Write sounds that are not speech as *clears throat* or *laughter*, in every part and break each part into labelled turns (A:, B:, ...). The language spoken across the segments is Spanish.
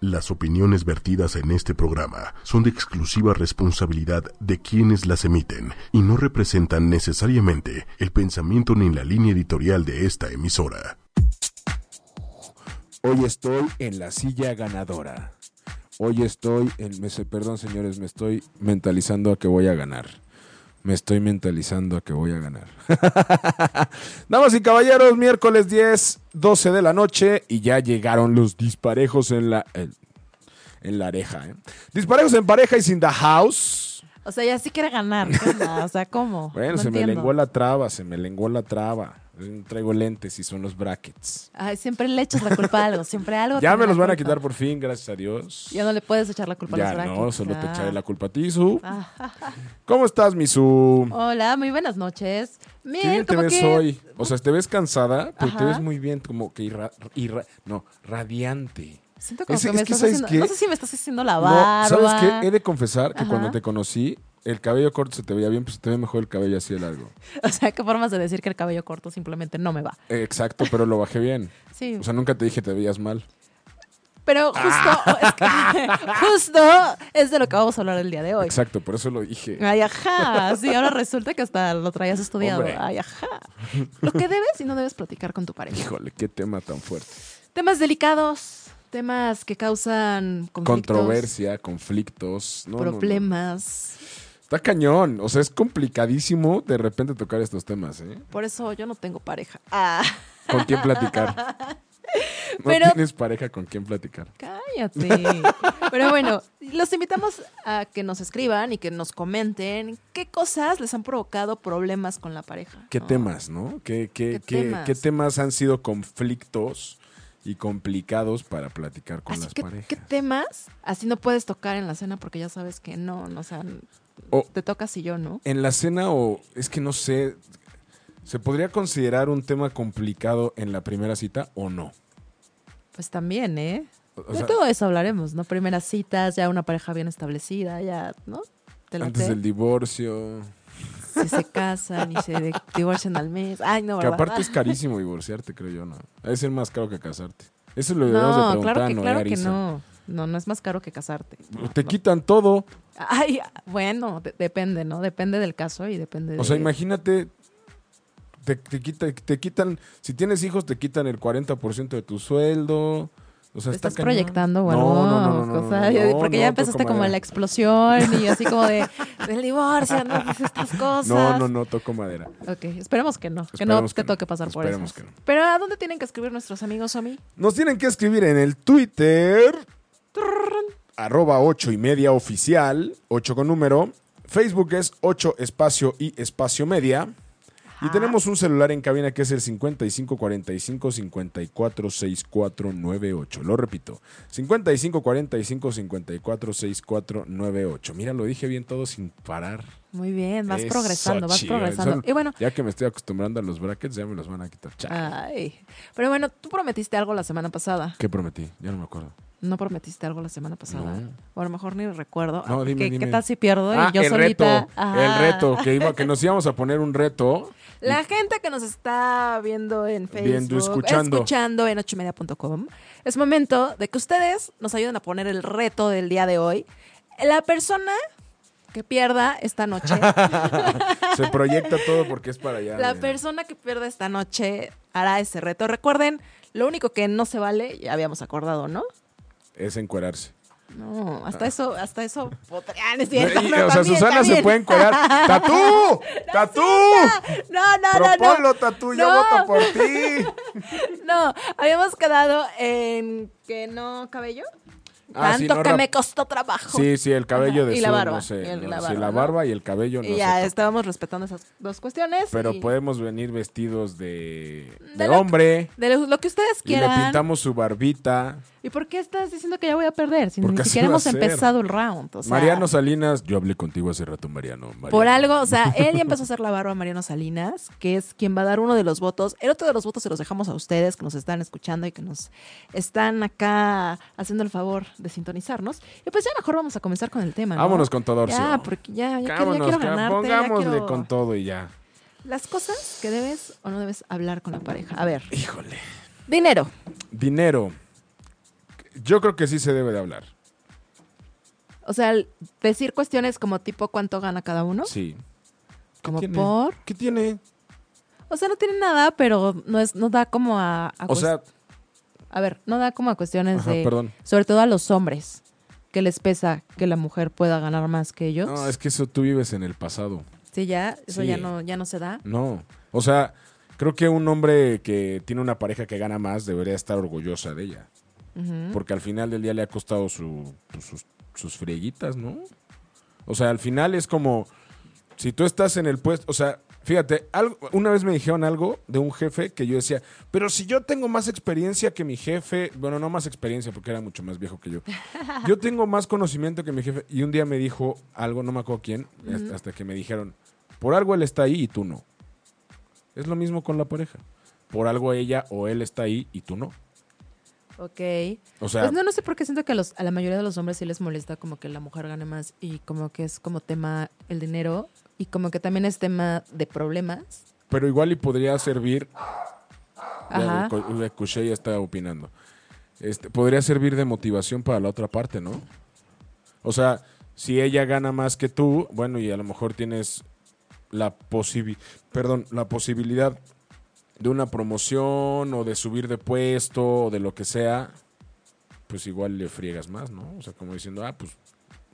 A: Las opiniones vertidas en este programa son de exclusiva responsabilidad de quienes las emiten y no representan necesariamente el pensamiento ni la línea editorial de esta emisora.
B: Hoy estoy en la silla ganadora. Hoy estoy en. me se- Perdón, señores, me estoy mentalizando a que voy a ganar. Me estoy mentalizando a que voy a ganar. *laughs* Damas y caballeros, miércoles 10, 12 de la noche y ya llegaron los disparejos en la. el- en la areja, ¿eh? Disparejos en pareja y sin the house.
C: O sea, ya sí quiere ganar. ¿qué onda? O sea, ¿cómo?
B: *laughs* Bueno,
C: No
B: se me
C: entiendo.
B: lenguó la traba, se me lenguó la traba. No Traigo lentes y son los brackets.
C: Ay, siempre le echas la culpa a algo. Siempre algo.
B: Ya
C: tiene
B: me
C: la
B: los van a
C: culpa.
B: quitar por fin, gracias a Dios.
C: Ya no le puedes echar la culpa a los
B: Ya
C: brackets.
B: no, solo te
C: Ah.
B: echaré la culpa a ti,
C: *laughs*
B: Su. ¿Cómo estás, Misu?
C: Hola, muy buenas noches.
B: ¿Qué
C: Miren,
B: bien te
C: como
B: ves
C: que...
B: hoy? O sea, te ves cansada, pero te
C: Ajá.
B: ves muy bien, como que irra- irra- no, radiante.
C: Siento como
B: Es-
C: que
B: es
C: me
B: que
C: estás
B: ¿sabes
C: haciendo...
B: qué?
C: No sé si me estás haciendo la
B: No,
C: barba.
B: ¿Sabes qué? He de confesar que
C: Ajá.
B: cuando te conocí, el cabello corto se te veía bien, pues se te ve mejor el cabello así de largo.
C: *laughs* O sea, qué formas de decir que el cabello corto simplemente no me va.
B: Eh, Exacto, pero lo bajé bien.
C: Sí.
B: O sea, nunca te dije te veías mal.
C: Pero justo,
B: ¡ah!
C: *laughs* es que- justo es de lo que vamos a hablar el día de hoy.
B: Exacto, por eso lo dije.
C: Ay, ajá. Sí, ahora resulta que hasta lo traías estudiado.
B: Hombre.
C: Ay, ajá. Lo que debes y no debes platicar con tu pareja.
B: Híjole, qué tema tan fuerte.
C: Temas delicados, temas que causan conflictos,
B: Controversia, conflictos. no, no, no.
C: problemas.
B: Está cañón. O sea, es complicadísimo de repente tocar estos temas, ¿eh?
C: Por eso yo no tengo pareja. Ah,
B: ¿Con quién
C: *laughs*
B: platicar? No
C: Pero-
B: tienes pareja con quién platicar.
C: cállate. Pero bueno, los invitamos a que nos escriban y que nos comenten qué cosas les han provocado problemas con la pareja.
B: ¿Qué
C: ¿no?
B: temas, no? ¿Qué, qué, qué-
C: Ah. ¿Qué
B: qué temas?
C: temas?
B: han sido conflictos y complicados para platicar con
C: Así
B: las
C: que,
B: parejas?
C: ¿qué temas así no puedes tocar en la cena porque ya sabes que no, no, o sea,
B: O
C: te tocas y yo no?
B: en la cena o es que no sé, ¿se podría considerar un tema complicado en la primera cita o no?
C: Pues también, ¿eh?
B: O- o
C: de
B: sea,
C: todo eso hablaremos, ¿no? Primeras citas, ya una pareja bien establecida, ya, ¿no? Te late.
B: antes del divorcio.
C: Si se casan y se
B: *laughs*
C: de- divorcian al mes. Ay, no,
B: Que
C: ¿verdad?
B: aparte es carísimo divorciarte, creo yo, ¿no? Debe ser más caro que casarte. Eso lo debemos de
C: no,
B: preguntar,
C: claro que,
B: ¿no,
C: claro que
B: Arisa?
C: no. No, no es más caro que casarte. No,
B: Te
C: no.
B: quitan todo.
C: Ay, bueno, de- depende, ¿no? Depende del caso y depende
B: O sea,
C: de-
B: imagínate, te, te quita- te quitan, si tienes hijos, te quitan el 40% de tu sueldo. O sea,
C: Te
B: está
C: estás
B: cañón.
C: proyectando o
B: No,
C: algo.
B: no, no, no, no,
C: o sea,
B: no,
C: ya-
B: no,
C: porque
B: no,
C: ya
B: toco
C: empezaste como
B: madera.
C: la explosión y así como
B: *laughs*
C: de del divorcio, no Dices estas cosas.
B: No, no, no, toco madera.
C: Ok, esperemos que no, que no
B: Esperemos
C: te
B: que no.
C: toque pasar por eso.
B: Esperemos que no.
C: Pero ¿a dónde tienen que escribir nuestros amigos, Omi?
B: Nos tienen que escribir en el Twitter, arroba 8 y media oficial, 8 con número. Facebook es 8 espacio y espacio media. Y
C: Ajá.
B: tenemos un celular en cabina que es el 55 45 54 64 98. Lo repito, 55 45 54 64 98. Mira, lo dije bien todo sin parar.
C: Muy bien, vas
B: Eso,
C: progresando, vas
B: chido.
C: progresando.
B: Son-
C: Y bueno,
B: Ya que me estoy acostumbrando a los brackets, ya me los van a quitar. Chale.
C: ay, pero bueno, tú prometiste algo la semana pasada.
B: ¿Qué prometí? Ya no me acuerdo.
C: No prometiste algo la semana pasada.
B: No.
C: O a lo mejor ni recuerdo.
B: No,
C: Ah,
B: dime,
C: ¿Qué,
B: dime.
C: qué tal si pierdo
B: Ah,
C: y yo
B: el
C: solita? Ah,
B: reto.
C: Ajá.
B: El reto. Que, iba, que nos íbamos a poner un reto.
C: La gente que nos está viendo en Facebook,
B: Viendo, escuchando.
C: escuchando en ochoymedia.com, es momento de que ustedes nos ayuden a poner el reto del día de hoy. La persona que pierda
B: *laughs*
C: esta noche, *laughs*
B: Se proyecta todo porque es para allá.
C: la
B: mira.
C: persona que pierda esta noche hará ese reto. Recuerden, lo único que no se vale, ya habíamos acordado, ¿no?
B: Es encuerarse.
C: No, hasta eso, hasta eso. podrían
B: Ah. Y-
C: decir,
B: y- o sea, Susana se puede
C: *laughs*
B: encuerar. ¡Tatú! ¡Tatú!
C: No, no, no, no.
B: Proponlo, Tatú, yo
C: No.
B: voto por
C: *laughs*
B: ti.
C: No, habíamos quedado en que no cabello.
B: Ah,
C: Tanto
B: sí, no
C: que
B: rap-
C: me costó trabajo.
B: Sí, sí, el cabello
C: Ajá,
B: de
C: y la
B: Zoom,
C: barba,
B: no sé,
C: y el-
B: no,
C: la
B: sí,
C: barba,
B: la
C: ¿no?
B: barba y el cabello no
C: y
B: sé,
C: ya
B: to-
C: estábamos respetando esas dos cuestiones.
B: Pero pues,
C: y
B: podemos venir vestidos de, de
C: De lo-
B: hombre
C: De lo, lo que ustedes
B: y le
C: quieran.
B: pintamos su barbita.
C: ¿Y por qué estás diciendo que ya voy a perder? Si
B: Porque
C: ni
B: así
C: siquiera
B: va a
C: hemos
B: ser.
C: empezado el round. O sea,
B: Mariano Salinas, yo hablé contigo hace rato, Mariano. Mariano.
C: Por algo, o
B: *laughs*
C: sea, él ya empezó a hacer la barba a Mariano Salinas, que es quien va a dar uno de los votos. El otro de los votos se los dejamos a ustedes que nos están escuchando y que nos están acá haciendo el favor de sintonizarnos. Y pues ya mejor vamos a comenzar con el tema. ¿no?
B: Vámonos con todo, Orcio.
C: Ya, porque ya, ya, quiero- ya
B: Vámonos,
C: quiero
B: ca-
C: ganarte.
B: pongámosle
C: ya quiero-
B: con todo y ya.
C: Las cosas que debes o no debes hablar con la pareja. A ver,
B: Híjole.
C: dinero.
B: Dinero. Yo creo que sí se debe de hablar.
C: O sea, el- decir cuestiones como tipo cuánto gana cada uno,
B: Sí.
C: como
B: tiene?
C: por.
B: ¿Qué tiene?
C: O sea, no tiene nada, pero no es, no da como a. a
B: O sea,
C: A ver, no da como a cuestiones
B: Ajá,
C: de.
B: perdón.
C: Sobre todo a los hombres, que les pesa que la mujer pueda ganar más que ellos.
B: no, es que eso tú vives en el pasado.
C: Sí, ya, eso
B: Sí.
C: ya no, ya no se da.
B: No. O sea, creo que un hombre que tiene una pareja que gana más debería estar orgullosa de ella.
C: Ujú.
B: Porque al final del día le ha costado su- pues, sus, sus frieguitas, ¿no? O sea, al final es como, si tú estás en el puesto, o sea, fíjate, algo, una vez me dijeron algo de un jefe que yo decía, pero si yo tengo más experiencia que mi jefe, bueno, no más experiencia porque era mucho más viejo que yo, yo tengo más conocimiento que mi jefe, y un día me dijo algo, no me acuerdo quién, hasta, hasta que me dijeron, por algo él está ahí y tú no. Es lo mismo con la pareja. Por algo ella o él está ahí y tú no.
C: Ok.
B: O sea,
C: pues no, no sé por qué siento que a, los- a la mayoría de los hombres sí les molesta como que la mujer gane más y como que es como tema el dinero y como que también es tema de problemas.
B: pero igual y podría servir. Ya,
C: Ajá.
B: Cu- ya Cushé ya está opinando. Este, podría servir de motivación para la otra parte, ¿no? O sea, si ella gana más que tú, bueno, y a lo mejor tienes la posibi- perdón, la posibilidad de una promoción o de subir de puesto o de lo que sea, pues igual le friegas más, ¿no? O sea, como diciendo, ah, pues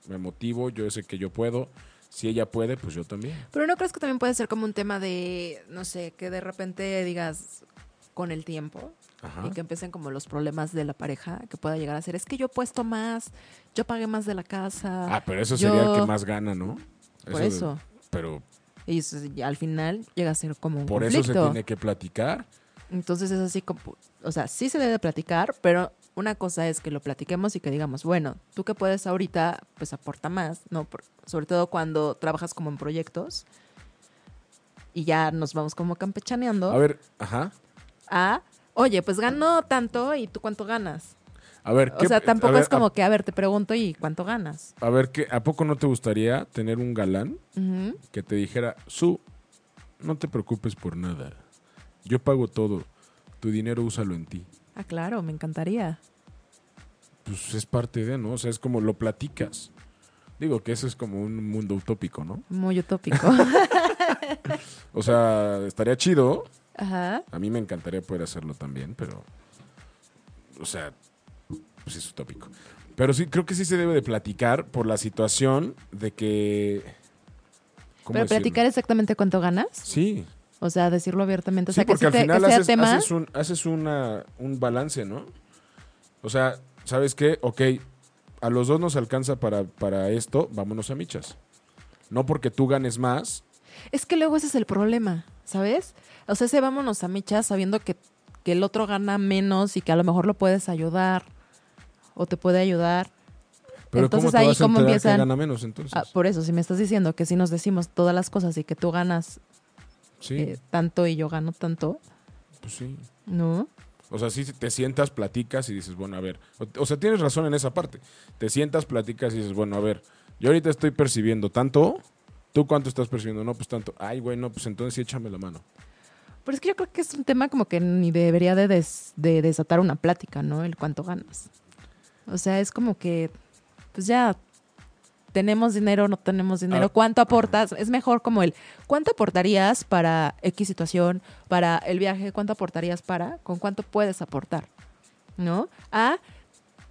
B: me motivo, yo sé que yo puedo, si ella puede, pues yo también.
C: Pero no crees que también puede ser como un tema de, no sé, que de repente digas con el tiempo
B: Ajá.
C: y que empiecen como los problemas de la pareja que pueda llegar a ser. Es que yo he puesto más, yo pagué más de la casa.
B: Ah, pero eso sería el
C: yo-
B: que más gana, ¿no?
C: Por
B: de-
C: eso.
B: pero
C: Y eso es- y al final llega a ser como un
B: por
C: conflicto.
B: eso se tiene que platicar.
C: Entonces es así como, o sea, sí se debe de platicar, pero una cosa es que lo platiquemos y que digamos, bueno, tú que puedes ahorita, pues aporta más, ¿no? Por- sobre todo cuando trabajas como en proyectos y ya nos vamos como campechaneando
B: A
C: a,
B: ver, ajá.
C: oye, pues gano tanto y tú cuánto ganas.
B: A ver,
C: O
B: ¿qué-
C: sea, tampoco
B: a ver,
C: es como
B: a-
C: que, a ver, te pregunto y cuánto ganas.
B: A, ver, ¿qué, ¿a poco no te gustaría tener un galán
C: Ujú.
B: que te dijera, Su, no te preocupes por nada. Yo pago todo. Tu dinero úsalo en ti.
C: Ah, claro, me encantaría.
B: Pues es parte de, ¿no? O sea, es como lo platicas. Digo que eso es como un mundo utópico, ¿no?
C: Muy utópico.
B: *laughs* O sea, estaría chido.
C: Ajá.
B: A mí me encantaría poder hacerlo también, pero. O sea, pues es utópico. Pero sí, creo que sí se debe de platicar por la situación de que. ¿cómo
C: Pero
B: decirlo?
C: platicar exactamente cuánto ganas.
B: Sí,
C: O sea, decirlo abiertamente. O sea,
B: sí, porque
C: que,
B: al
C: sí te- que
B: final
C: sea
B: haces,
C: tema.
B: haces un, haces una- un balance, ¿no? O sea, ¿sabes qué? Ok, a los dos nos alcanza para, para esto, vámonos a michas. No porque tú ganes más,
C: Es que luego ese es el problema, ¿sabes? O sea, ese vámonos a michas sabiendo que, que el otro gana menos y que a lo mejor lo puedes ayudar o te puede ayudar.
B: pero
C: Entonces,
B: ¿cómo te
C: ahí,
B: vas a
C: ¿cómo
B: enterar
C: empiezan?
B: que gana menos entonces?
C: Ah, por eso, si me estás diciendo que si nos decimos todas las cosas y que tú ganas
B: sí,
C: eh, tanto y yo gano tanto,
B: pues sí.
C: ¿no?
B: O sea, si te sientas, platicas y dices, bueno, a ver. O, o sea, tienes razón en esa parte. Te sientas, platicas y dices, bueno, a ver, yo ahorita estoy percibiendo tanto. ¿Tú cuánto estás percibiendo? No, pues tanto. Ay, güey, no, pues entonces sí échame la mano.
C: Pero es que yo creo que es un tema como que ni debería de, des- de desatar una plática, ¿no? El cuánto ganas. O sea, es como que, pues ya, tenemos dinero, no tenemos dinero,
B: Ah,
C: ¿cuánto aportas? Es mejor como el, ¿cuánto aportarías para X situación, para el viaje? ¿Cuánto aportarías para? ¿Con cuánto puedes aportar? ¿No? A,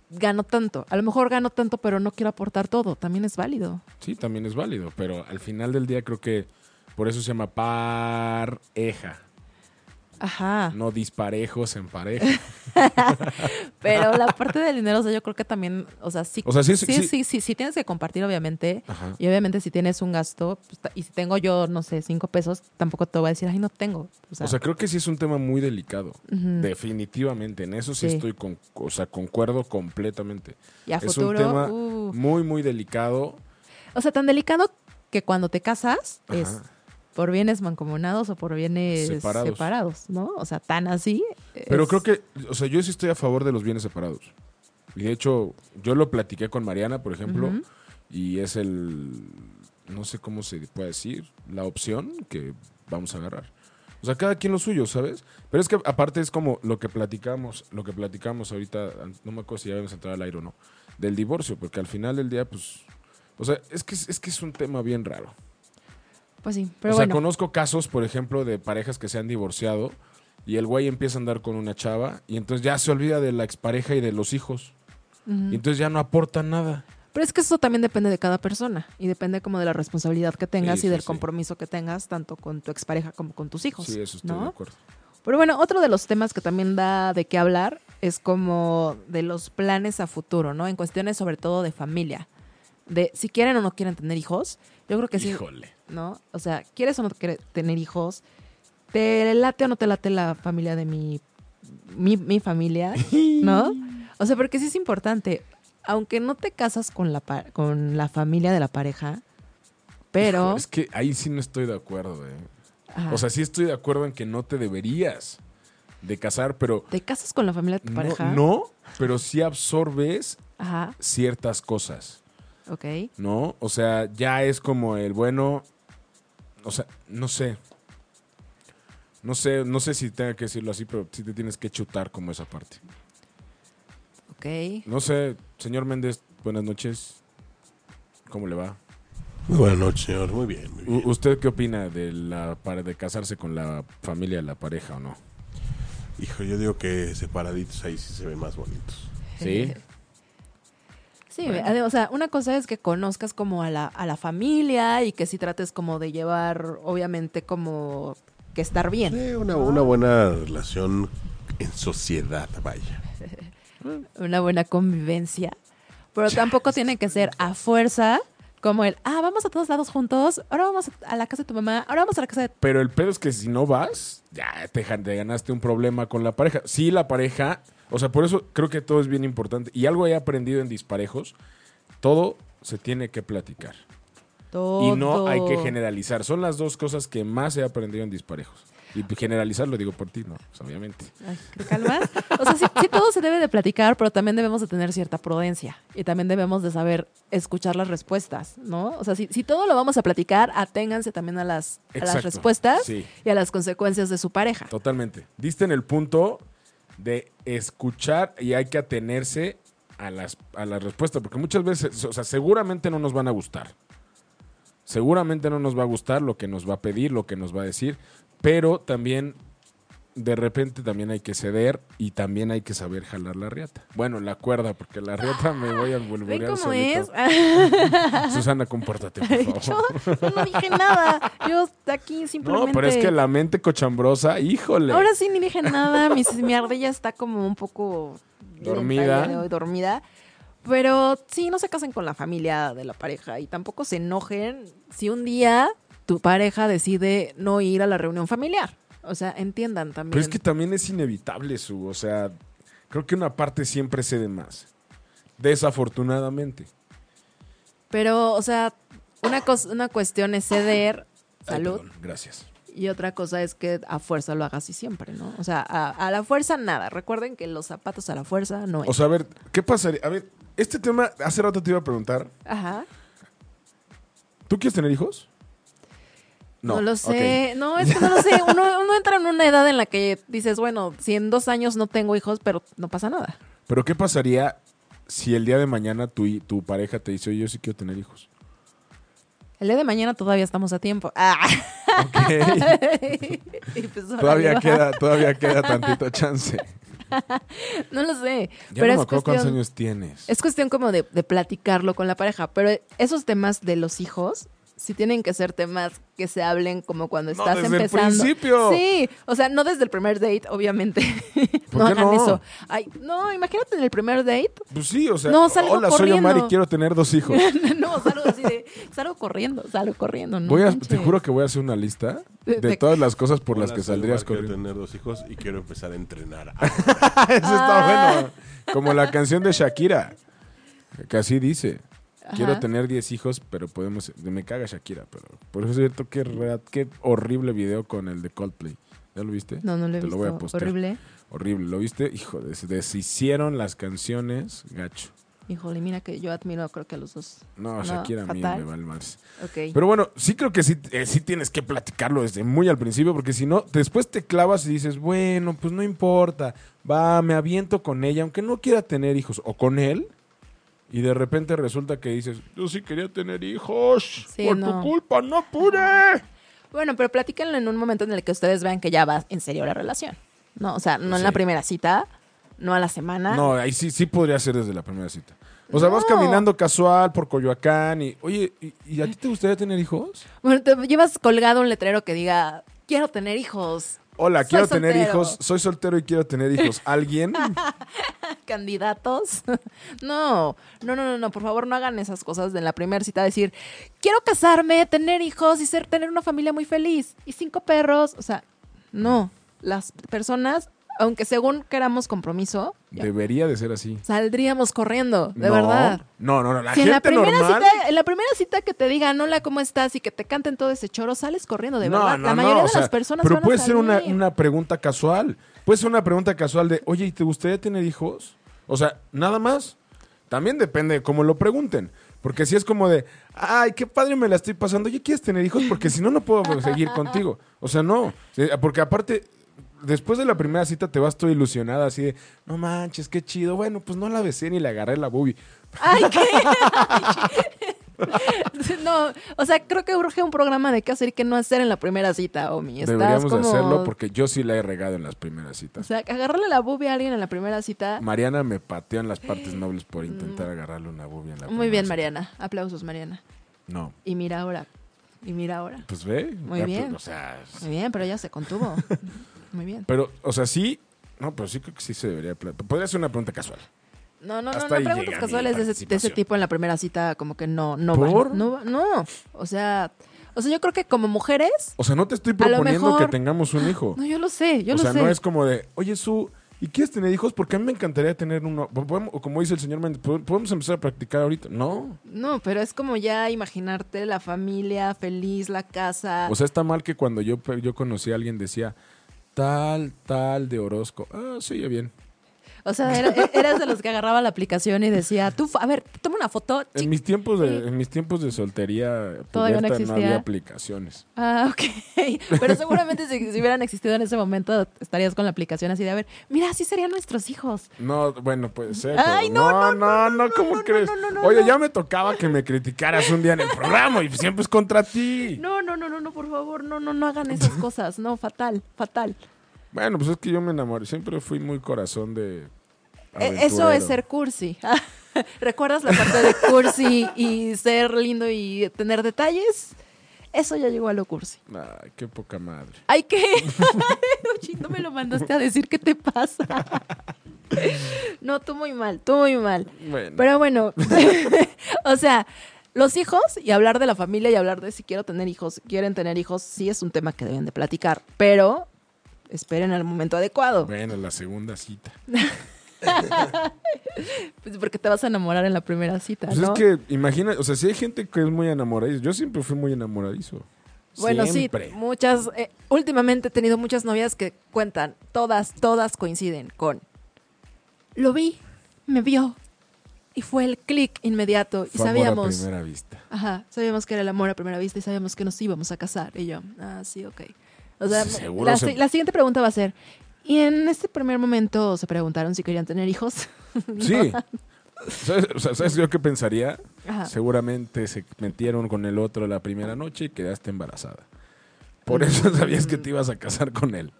C: gano tanto. A lo mejor gano tanto, pero no quiero aportar todo. También es válido.
B: Sí, también es válido, pero al final del día creo que por eso se llama pareja.
C: Ajá.
B: No disparejos en pareja.
C: Pero la parte del dinero, o sea, yo creo que también, o sea, sí,
B: O sea, sí es-
C: sí,
B: sí-
C: sí, sí, sí tienes que compartir, obviamente.
B: Ajá.
C: Y obviamente si tienes un gasto, pues, ta- y si tengo yo, no sé, cinco pesos, tampoco te voy a decir, ay, no tengo. O sea,
B: O sea, creo que sí es un tema muy delicado.
C: ujú.
B: Definitivamente, en eso sí,
C: Sí.
B: estoy con, o sea, concuerdo completamente.
C: y a
B: es
C: futuro,
B: un tema
C: uh.
B: muy, muy delicado.
C: o sea, tan delicado que cuando te casas
B: Ajá.
C: es por bienes mancomunados o por bienes
B: Separados.
C: separados, ¿no? O sea, tan así.
B: Pero
C: es-
B: creo que, o sea, yo sí estoy a favor de los bienes separados. Y de hecho, yo lo platiqué con Mariana, por ejemplo,
C: Ujú.
B: y es el, no sé cómo se puede decir, la opción que vamos a agarrar. O sea, cada quien lo suyo, ¿sabes? Pero es que aparte es como lo que platicamos, lo que platicamos ahorita, no me acuerdo si ya vamos a entrar al aire o no, del divorcio, porque al final del día, pues, o sea, es que es, que es un tema bien raro.
C: Pues sí, pero
B: o sea,
C: bueno.
B: conozco casos, por ejemplo, de parejas que se han divorciado y el güey empieza a andar con una chava y entonces ya se olvida de la expareja y de los hijos. Y entonces ya no aporta nada.
C: Pero es que eso también depende de cada persona y depende como de la responsabilidad que tengas
B: Sí, sí,
C: y del
B: sí.
C: compromiso que tengas tanto con tu expareja como con tus hijos.
B: Sí, eso estoy
C: ¿no?
B: de acuerdo.
C: Pero bueno, otro de los temas que también da de qué hablar es como de los planes a futuro, ¿no? En cuestiones sobre todo de familia. De si quieren o no quieren tener hijos. Yo creo que sí.
B: Híjole.
C: ¿no? O sea, ¿quieres o no quieres tener hijos? ¿Te late o no te late la familia de mi, mi,
B: *laughs*
C: mi familia? ¿No? O sea, porque sí es importante. Aunque no te casas con la, pa- con la familia de la pareja, pero... Ah.
B: Hijo, Es que ahí sí no estoy de acuerdo, ¿eh?
C: ajá,
B: O sea, sí estoy de acuerdo en que no te deberías de casar, pero
C: ¿Te casas con la familia de tu
B: no,
C: pareja?
B: no, pero sí absorbes
C: Ajá,
B: ciertas cosas,
C: ok.
B: ¿no? O sea, ya es como el bueno, o sea, no sé. No sé, no sé si tenga que decirlo así, pero sí te tienes que chutar como esa parte.
C: Ok.
B: No sé, señor Méndez, buenas noches. ¿Cómo le va?
A: Muy buenas noches, señor. Muy bien, muy bien.
B: U- ¿Usted qué opina de la para de casarse con la familia, de la pareja o no?
A: Hijo, yo digo que separaditos ahí sí se ven más bonitos.
B: ¿Sí?
C: Sí, ade- o sea, una cosa es que conozcas como a la, a la familia y que sí trates como de llevar, obviamente, como que estar bien.
A: Eh, una, una buena relación en sociedad, vaya.
C: una buena convivencia. Pero tampoco tiene que ser a fuerza como el, ah, vamos a todos lados juntos, ahora vamos a la casa de tu mamá, ahora vamos a la casa de...
B: Pero el pedo es que si no vas, ya te, ja- te ganaste un problema con la pareja. Sí, la pareja, o sea, por eso creo que todo es bien importante. Y algo he aprendido en disparejos, todo se tiene que platicar.
C: Todo.
B: Y no hay que generalizar. Son las dos cosas que más he aprendido en disparejos. Y generalizar lo digo por ti, no, pues, obviamente.
C: Ay, ¿te calmas? O sea, sí, sí todo se debe de platicar, pero también debemos de tener cierta prudencia y también debemos de saber escuchar las respuestas, ¿no? O sea, si, si todo lo vamos a platicar, aténganse también a las, a las
B: Exacto,
C: respuestas
B: sí.
C: y a las consecuencias de su pareja.
B: Totalmente. Diste en el punto de escuchar y hay que atenerse a las, a las respuestas, porque muchas veces, o sea, seguramente no nos van a gustar. Seguramente no nos va a gustar lo que nos va a pedir, lo que nos va a decir, pero también de repente también hay que ceder y también hay que saber jalar la riata. Bueno, la cuerda, porque la riata me voy a
C: ¿Ven
B: volver
C: cómo
B: solito.
C: es? *laughs*
B: Susana, compórtate, por
C: yo,
B: favor.
C: yo no dije nada. Yo aquí
B: No,
C: simplemente...
B: pero es que la mente cochambrosa, híjole.
C: Ahora sí ni dije nada, mi, mi ardilla está como un poco lenta
B: Dormida.
C: el día de hoy, dormida. Pero sí, no se casen con la familia de la pareja y tampoco se enojen si un día tu pareja decide no ir a la reunión familiar. O sea, entiendan también.
B: Pero es que también es inevitable su, o sea, creo que una parte siempre cede más. Desafortunadamente.
C: Pero, o sea, una, cos- una cuestión es ceder.
B: Ay,
C: Salud.
B: perdón, gracias.
C: Y otra cosa es que a fuerza lo hagas y siempre, ¿no? O sea, a, a la fuerza nada. Recuerden que los zapatos a la fuerza no es.
B: O sea, a ver, ¿qué pasaría? A ver, este tema, hace rato te iba a preguntar,
C: Ajá.
B: ¿tú quieres tener hijos?
C: No, lo sé,
B: ok.
C: no, es que no
B: *laughs*
C: lo sé. Uno, uno entra en una edad en la que dices, bueno, si en dos años no tengo hijos, pero no pasa nada.
B: Pero ¿qué pasaría si el día de mañana tu, hi- tu pareja te dice, oye, yo sí quiero tener
C: *laughs*
B: hijos?
C: El día de mañana todavía estamos a tiempo. *laughs* Ah.
B: Ok.
C: Y pues, órale,
B: todavía,
C: va.
B: queda, todavía queda tantito chance.
C: *laughs* No lo sé.
B: Ya
C: pero
B: no
C: es
B: me acuerdo cuántos
C: cuestión-
B: años tienes.
C: Es cuestión como de, de platicarlo con la pareja, pero esos temas de los hijos sí tienen que ser temas que se hablen como cuando
B: No,
C: estás
B: desde el
C: empezando.
B: principio.
C: Sí, o sea, no desde el primer date, obviamente.
B: ¿Por
C: *laughs* no
B: qué
C: hagan
B: no?
C: eso. Ay, no, imagínate en el primer date. *laughs*
B: Pues sí, o sea,
C: No, salgo
B: hola, soy Omar y
C: corriendo.
B: quiero tener dos hijos.
C: no, salgo así de, salgo corriendo, salgo corriendo. No
B: Voy a, te
C: manches.
B: juro que voy a hacer una lista
C: De-
B: de
C: de-
B: todas las cosas por las
A: Hola,
B: que
A: soy
B: saldrías
A: Omar, quiero
B: corriendo.
A: tener dos hijos y quiero empezar a entrenar.
B: *laughs* Eso está
C: Ah.
B: bueno. Como la canción de Shakira, que así dice. Quiero
C: Ajá.
B: tener 10 hijos, pero podemos... Me caga Shakira, pero... Por eso es cierto, qué, ra- qué horrible video con el de Coldplay. ¿Ya lo viste?
C: No, no lo he
B: Te
C: visto.
B: lo voy a postear.
C: Horrible.
B: Horrible. ¿Lo viste? Hijo, des- deshicieron las canciones, gacho.
C: Híjole, mira que yo admiro, creo que a los dos.
B: No, Shakira a mí
C: fatal.
B: me vale más.
C: Ok.
B: Pero bueno, sí creo que sí, eh, sí tienes que platicarlo desde muy al principio, porque si no, después te clavas y dices, bueno, pues no importa, va, me aviento con ella, aunque no quiera tener hijos, o con él, y de repente resulta que dices, yo sí quería tener hijos,
C: Sí,
B: por
C: no.
B: tu culpa no pude.
C: Bueno, pero platíquenlo en un momento en el que ustedes vean que ya va en serio la relación. No, o sea, no en la
B: Sí.
C: primera cita, no a la semana.
B: No, ahí sí, sí podría ser desde la primera cita. O sea, vas
C: No.
B: caminando casual por Coyoacán y, oye, ¿y, y a ti te gustaría tener hijos?
C: Bueno, te llevas colgado un letrero que diga, quiero tener hijos, *laughs*
B: Hola,
C: Soy
B: quiero tener
C: soltero.
B: hijos, soy soltero y quiero tener
C: *laughs*
B: hijos. ¿Alguien?
C: candidatos. *laughs* no, no, no, no, no, por favor no hagan esas cosas de en la primera cita, decir, quiero casarme, tener hijos y ser, tener una familia muy feliz y cinco perros. O sea, no, las personas, aunque según queramos compromiso, ya,
B: Debería de ser así.
C: saldríamos corriendo, de
B: No,
C: verdad.
B: No, no, no. La
C: Si en la,
B: gente
C: primera
B: normal.
C: cita, en la primera cita que te digan hola, ¿cómo estás? y que te canten todo ese choro, sales corriendo, de
B: no,
C: verdad.
B: no,
C: la
B: no,
C: mayoría
B: o
C: de
B: sea,
C: las personas
B: Pero
C: van a
B: puede ser una,
C: salir.
B: una pregunta casual. Puede ser una pregunta casual de, oye, ¿y te gustaría tener hijos? O sea, nada más. También depende de cómo lo pregunten. Porque si es como de, ay, qué padre me la estoy pasando. Oye, ¿quieres tener hijos? Porque si no, no puedo seguir contigo. O sea, no. Eh, Porque aparte, después de la primera cita te vas todo ilusionada, así de, no manches, qué chido. Bueno, pues no la besé ni le agarré la boobie. *laughs*
C: Ay, ¿qué? *laughs* no, o sea, creo que urge un programa de qué hacer y qué no hacer en la primera cita, Omi. Estás
B: Deberíamos de
C: como-
B: hacerlo porque yo sí la he regado en las primeras
C: O
B: citas.
C: sea, agarrarle la bubia a alguien en la primera cita.
B: Mariana me pateó en las partes nobles por intentar agarrarle una bobia en la
C: Muy
B: primera
C: bien,
B: cita.
C: Mariana. Aplausos, Mariana.
B: No,
C: Y mira ahora. Y mira ahora.
B: pues ve.
C: Muy
B: ya,
C: bien.
B: pues, O sea, es-
C: Muy bien, pero ella
B: *laughs*
C: se contuvo. Muy bien.
B: pero, o sea, sí. No, pero sí creo que sí se debería. pla- Podría ser una pregunta casual.
C: No, no, no, no
B: Hasta ahí llega
C: preguntas
B: mi
C: casuales de ese, de ese
B: participación.
C: tipo en la primera cita, como que no, no
B: ¿Por?
C: van. No, va- no. O sea, o sea, yo creo que como mujeres,
B: O sea, no te estoy
C: A lo
B: proponiendo
C: mejor-
B: que tengamos un hijo.
C: no, yo lo sé, yo
B: o
C: lo
B: sea,
C: sé.
B: no es como de, oye, su. ¿Y quieres tener hijos? Porque a mí me encantaría tener uno. Po- podemos- O como dice el señor Méndez, po- podemos empezar a practicar ahorita. No.
C: No, pero es como ya imaginarte la familia feliz, la casa.
B: O sea, está mal que cuando yo, yo conocí a alguien decía tal, tal de Orozco. Ah, sí, ya bien.
C: O sea, era- e- eras de los que agarraba la aplicación y decía, tú, a ver, toma una foto. chi-
B: En mis tiempos de, en mis tiempos de soltería
C: Todavía
B: puberta,
C: no
B: no,
C: existía.
B: había aplicaciones.
C: Ah, ok. *laughs* Pero seguramente si, si hubieran existido en ese momento, estarías con la aplicación así de, a ver, mira, así serían nuestros hijos.
B: No, bueno, puede ser.
C: Ay,
B: pero-
C: no, no,
B: no, no, ¿cómo
C: no,
B: crees?
C: no, no, no,
B: Oye,
C: no.
B: ya me tocaba que me criticaras un día en el programa y siempre es contra ti.
C: No, no, no, no, no, por favor, no, no, no hagan esas cosas. No, fatal, fatal.
B: Bueno, pues es que yo me enamoré, siempre fui muy corazón de
C: E- Eso es
B: aventurero.
C: ser cursi. *laughs* ¿Recuerdas la parte de cursi y ser lindo y tener detalles? Eso ya llegó a lo cursi.
B: Ay, qué poca madre.
C: Ay, *laughs* ¿qué? Uchi, no me lo mandaste a decir, ¿qué te pasa? *laughs* No, tú muy mal, tú muy mal.
B: Bueno.
C: Pero bueno, *laughs* o sea, los hijos y hablar de la familia y hablar de si quiero tener hijos, quieren tener hijos, sí es un tema que deben de platicar, pero esperen al momento adecuado,
B: Bueno, la segunda cita.
C: pues, porque te vas a enamorar en la primera cita,
B: Pues
C: ¿no?
B: es que, imagina, o sea, si hay gente que es muy enamoradiza, yo siempre fui muy enamoradizo.
C: Bueno,
B: Siempre.
C: sí, muchas, eh, últimamente he tenido muchas novias que cuentan, todas, todas coinciden con, lo vi, me vio, y fue el clic inmediato, y
B: Fue amor a
C: sabíamos,
B: primera vista.
C: ajá, sabíamos que era el amor a primera vista, y sabíamos que nos íbamos a casar, y yo, ah, sí, ok. O sea,
B: Sí, seguro
C: la,
B: se-
C: si- la siguiente pregunta va a ser, ¿y en este primer momento se preguntaron si querían tener hijos? *laughs*
B: Sí. ¿Sabes, o sea, ¿sabes yo qué pensaría?
C: Ajá.
B: Seguramente se metieron con el otro la primera noche y quedaste embarazada. Por eso sabías que te ibas a casar con él.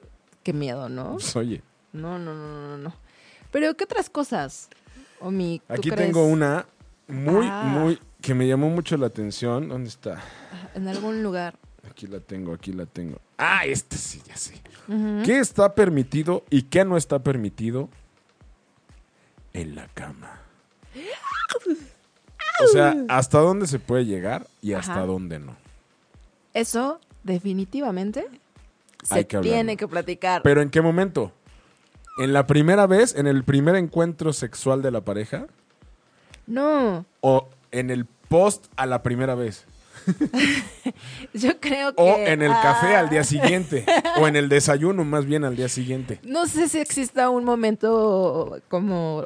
C: Qué miedo, ¿no?
B: Pues, oye,
C: No, no, no, no, no. Pero, ¿qué otras cosas, Omi, tú
B: aquí
C: crees?
B: tengo una muy,
C: Ah.
B: muy, que me llamó mucho la atención. ¿Dónde está?
C: En algún lugar.
B: Aquí la tengo, aquí la tengo. Ah, esta sí, ya sé. ¿Qué está permitido y qué no está permitido en la cama? O sea, hasta dónde se puede llegar y hasta
C: Ajá.
B: dónde no.
C: Eso definitivamente
B: Hay
C: se
B: que hablarlo.
C: tiene que platicar.
B: ¿Pero en qué momento? ¿En la primera vez, en el primer encuentro sexual de la pareja?
C: no,
B: ¿O en el post a la primera vez?
C: yo creo que...
B: ¿O en el
C: ah,
B: café al día siguiente? ¿O en el desayuno más bien al día siguiente?
C: No sé si exista un momento como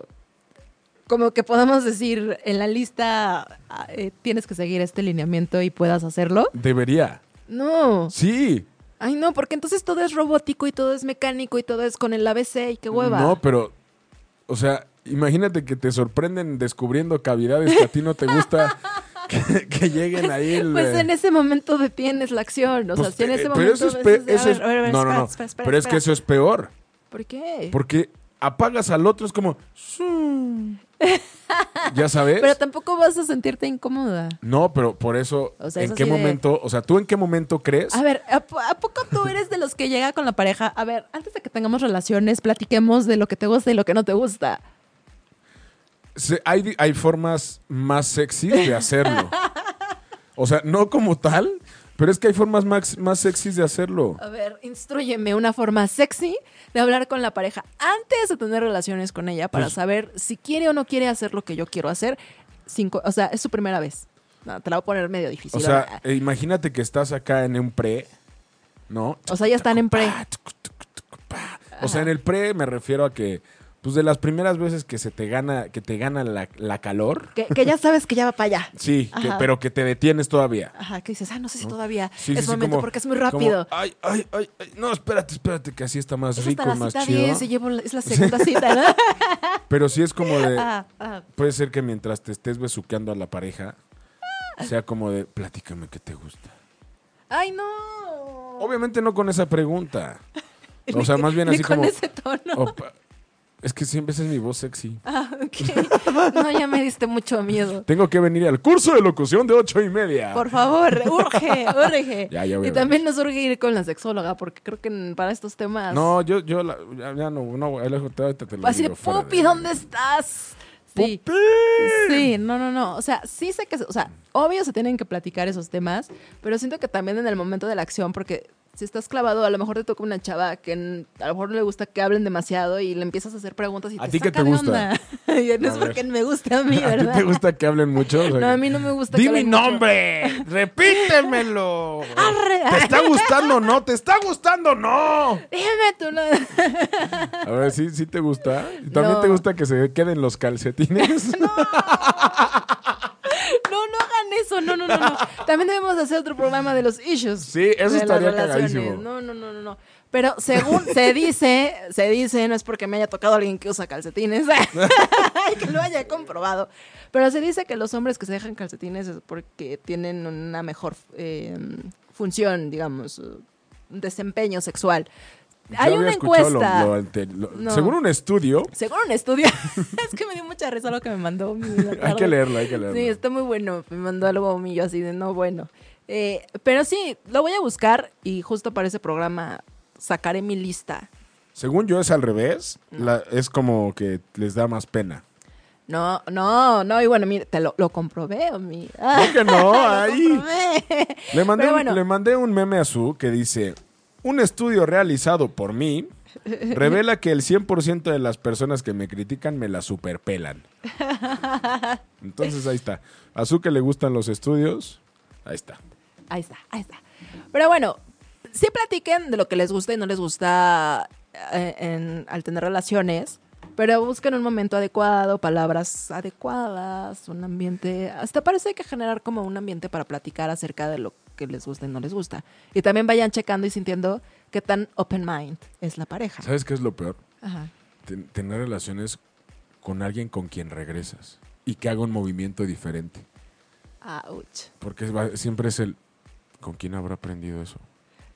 C: como que podamos decir en la lista ah, eh, tienes que seguir este lineamiento y puedas hacerlo.
B: Debería.
C: No.
B: Sí.
C: Ay, no, porque entonces todo es robótico y todo es mecánico y todo es con el ABC y qué hueva.
B: No, pero, o sea, imagínate que te sorprenden descubriendo cavidades que a ti no te gusta que, que lleguen ahí. el,
C: Pues
B: eh,
C: en ese momento detienes la acción. O sea,
B: pues,
C: si en
B: eh,
C: ese
B: pero
C: momento.
B: eso es,
C: ves,
B: pe-
C: es de,
B: eso
C: a
B: es-
C: ver, a ver,
B: no, no,
C: espera,
B: no.
C: espera, espera,
B: pero es que
C: espera.
B: eso es peor.
C: ¿Por qué?
B: Porque apagas al otro, es como.
C: *laughs*
B: "Zoom". ya sabes.
C: Pero tampoco vas a sentirte incómoda.
B: no, pero por eso,
C: O sea,
B: ¿en
C: es
B: qué
C: así de-
B: momento? O sea, ¿tú en qué momento crees?
C: *laughs* A ver, ¿a, po- a poco tú eres de los que llega con la pareja? A ver, antes de que tengamos relaciones, platiquemos de lo que te gusta y lo que no te gusta.
B: Se- hay, di- hay formas más sexys de
C: *laughs*
B: hacerlo. o sea, no como tal, pero es que hay formas más, más sexys de hacerlo.
C: A ver, instruyeme una forma sexy de hablar con la pareja antes de tener relaciones con ella para
B: Pues-
C: saber si quiere o no quiere hacer lo que yo quiero hacer. sin co- o sea, es su primera vez. No, te la voy a poner medio difícil. Ah,
B: O sea, eh, imagínate que estás acá en un pre, ¿no?
C: O sea, ya están en pre.
B: O sea, en el pre me refiero a que, pues de las primeras veces que se te gana, que te gana la, la calor,
C: Que, que ya sabes que ya va para allá.
B: sí, que-
C: Ajá.
B: pero que te detienes todavía.
C: Ajá, que dices, ah, no sé si todavía
B: Sí,
C: es
B: sí, sí,
C: momento
B: como-
C: porque es muy
B: como,
C: rápido.
B: ay, ay, ay, ay, no, espérate, espérate, que así está más
C: es
B: rico,
C: hasta la
B: más
C: cita
B: chido.
C: 10 y llevo la- es la segunda cita, *laughs* ¿no?
B: Pero sí es como de,
C: Ah, ah.
B: Puede ser que mientras te estés besuqueando a la pareja, sea como de, platícame qué te gusta.
C: Ay, no.
B: Obviamente no con esa
C: *laughs*
B: pregunta. O sea, más bien
C: Ni
B: así
C: con
B: como... Oh.
C: ese *laughs* tono.
B: "Opa". es que siempre esa es mi voz sexy.
C: Ah, ok. No, ya me diste mucho miedo.
B: Tengo que venir al curso de locución de ocho y media.
C: Por favor, urge, urge.
B: Ya, ya voy a
C: y
B: venir.
C: también nos urge ir con la sexóloga, porque creo que en- para estos temas.
B: No, yo, yo, la- ya, ya no, no, ahí la- ahorita te lo
C: Así de,
B: digo fuera de-
C: Pupi, ¿dónde estás? Sí.
B: ¡Pupi!
C: Sí, no, no, no. O sea, sí sé que, se- o sea, obvio se tienen que platicar esos temas, pero siento que también en el momento de la acción, porque si estás clavado, a lo mejor te toca una chava que n- a lo mejor no le gusta que hablen demasiado y le empiezas a hacer preguntas y
B: ¿A
C: te
B: ti qué
C: saca
B: te
C: de
B: gusta?
C: onda. *laughs* y no es
B: ver.
C: porque me gusta a
B: *laughs*
C: mí,
B: ¿A ti
C: ¿verdad?
B: te
C: *laughs*
B: gusta que hablen mucho? O sea,
C: No, a mí no me gusta
B: ¡Di
C: que
B: mi
C: hablen mucho.
B: nombre! ¡Repítemelo!
C: Arre.
B: ¿Te está gustando o no? ¿Te está gustando o no?
C: Dime tú, no.
B: A ver, ¿sí, sí te gusta? ¿Y ¿También
C: No.
B: te gusta que se queden los calcetines?
C: No, no hagan eso, no, no, no, no. También debemos de hacer otro programa de los issues.
B: Sí, eso
C: de las
B: estaría
C: relaciones.
B: cagadísimo.
C: No, no, no, no, no. Pero según se dice, se dice, no es porque me haya tocado alguien que usa calcetines, *laughs* que lo haya comprobado, pero se dice que los hombres que se dejan calcetines es porque tienen una mejor eh, función, digamos, eh, un desempeño sexual.
B: *laughs* Yo
C: Hay
B: había
C: una
B: escuchado
C: encuesta.
B: lo- lo ante- lo-
C: No.
B: Según un estudio,
C: Según un estudio, *laughs* es que me dio mucha risa lo que me mandó mi. la
B: hay que
C: tarde.
B: leerlo, hay que leerlo.
C: Sí, está muy bueno. Me mandó algo mío así de no bueno. Eh, pero sí, lo voy a buscar y justo para ese programa sacaré mi lista.
B: Según yo es al revés, la- es como que les da más
C: *laughs*
B: pena.
C: No, no, no. Y bueno, mira, te lo, lo comprobé, mi. *laughs*
B: ¿Por qué no? Ahí. Le mandé, un-
C: Pero bueno.
B: le mandé un meme a Su que dice, un estudio realizado por
C: *laughs*
B: mí revela que el 100% de las personas que me critican me la superpelan.
C: *laughs*
B: Entonces ahí está. A Su que le gustan los estudios, ahí está.
C: Ahí está, ahí está. Pero bueno, sí platiquen de lo que les gusta y no les gusta eh, en- al tener relaciones, pero busquen un momento adecuado, palabras adecuadas, un ambiente. Hasta parece que generar como un ambiente para platicar acerca de lo que les gusta y no les gusta. Y también vayan checando y sintiendo qué tan open mind es la pareja.
B: ¿Sabes qué es lo peor?
C: Ajá.
B: Ten- tener relaciones con alguien con quien regresas y que haga un movimiento diferente.
C: Ouch.
B: Porque es va- siempre es el, ¿con quién habrá aprendido eso?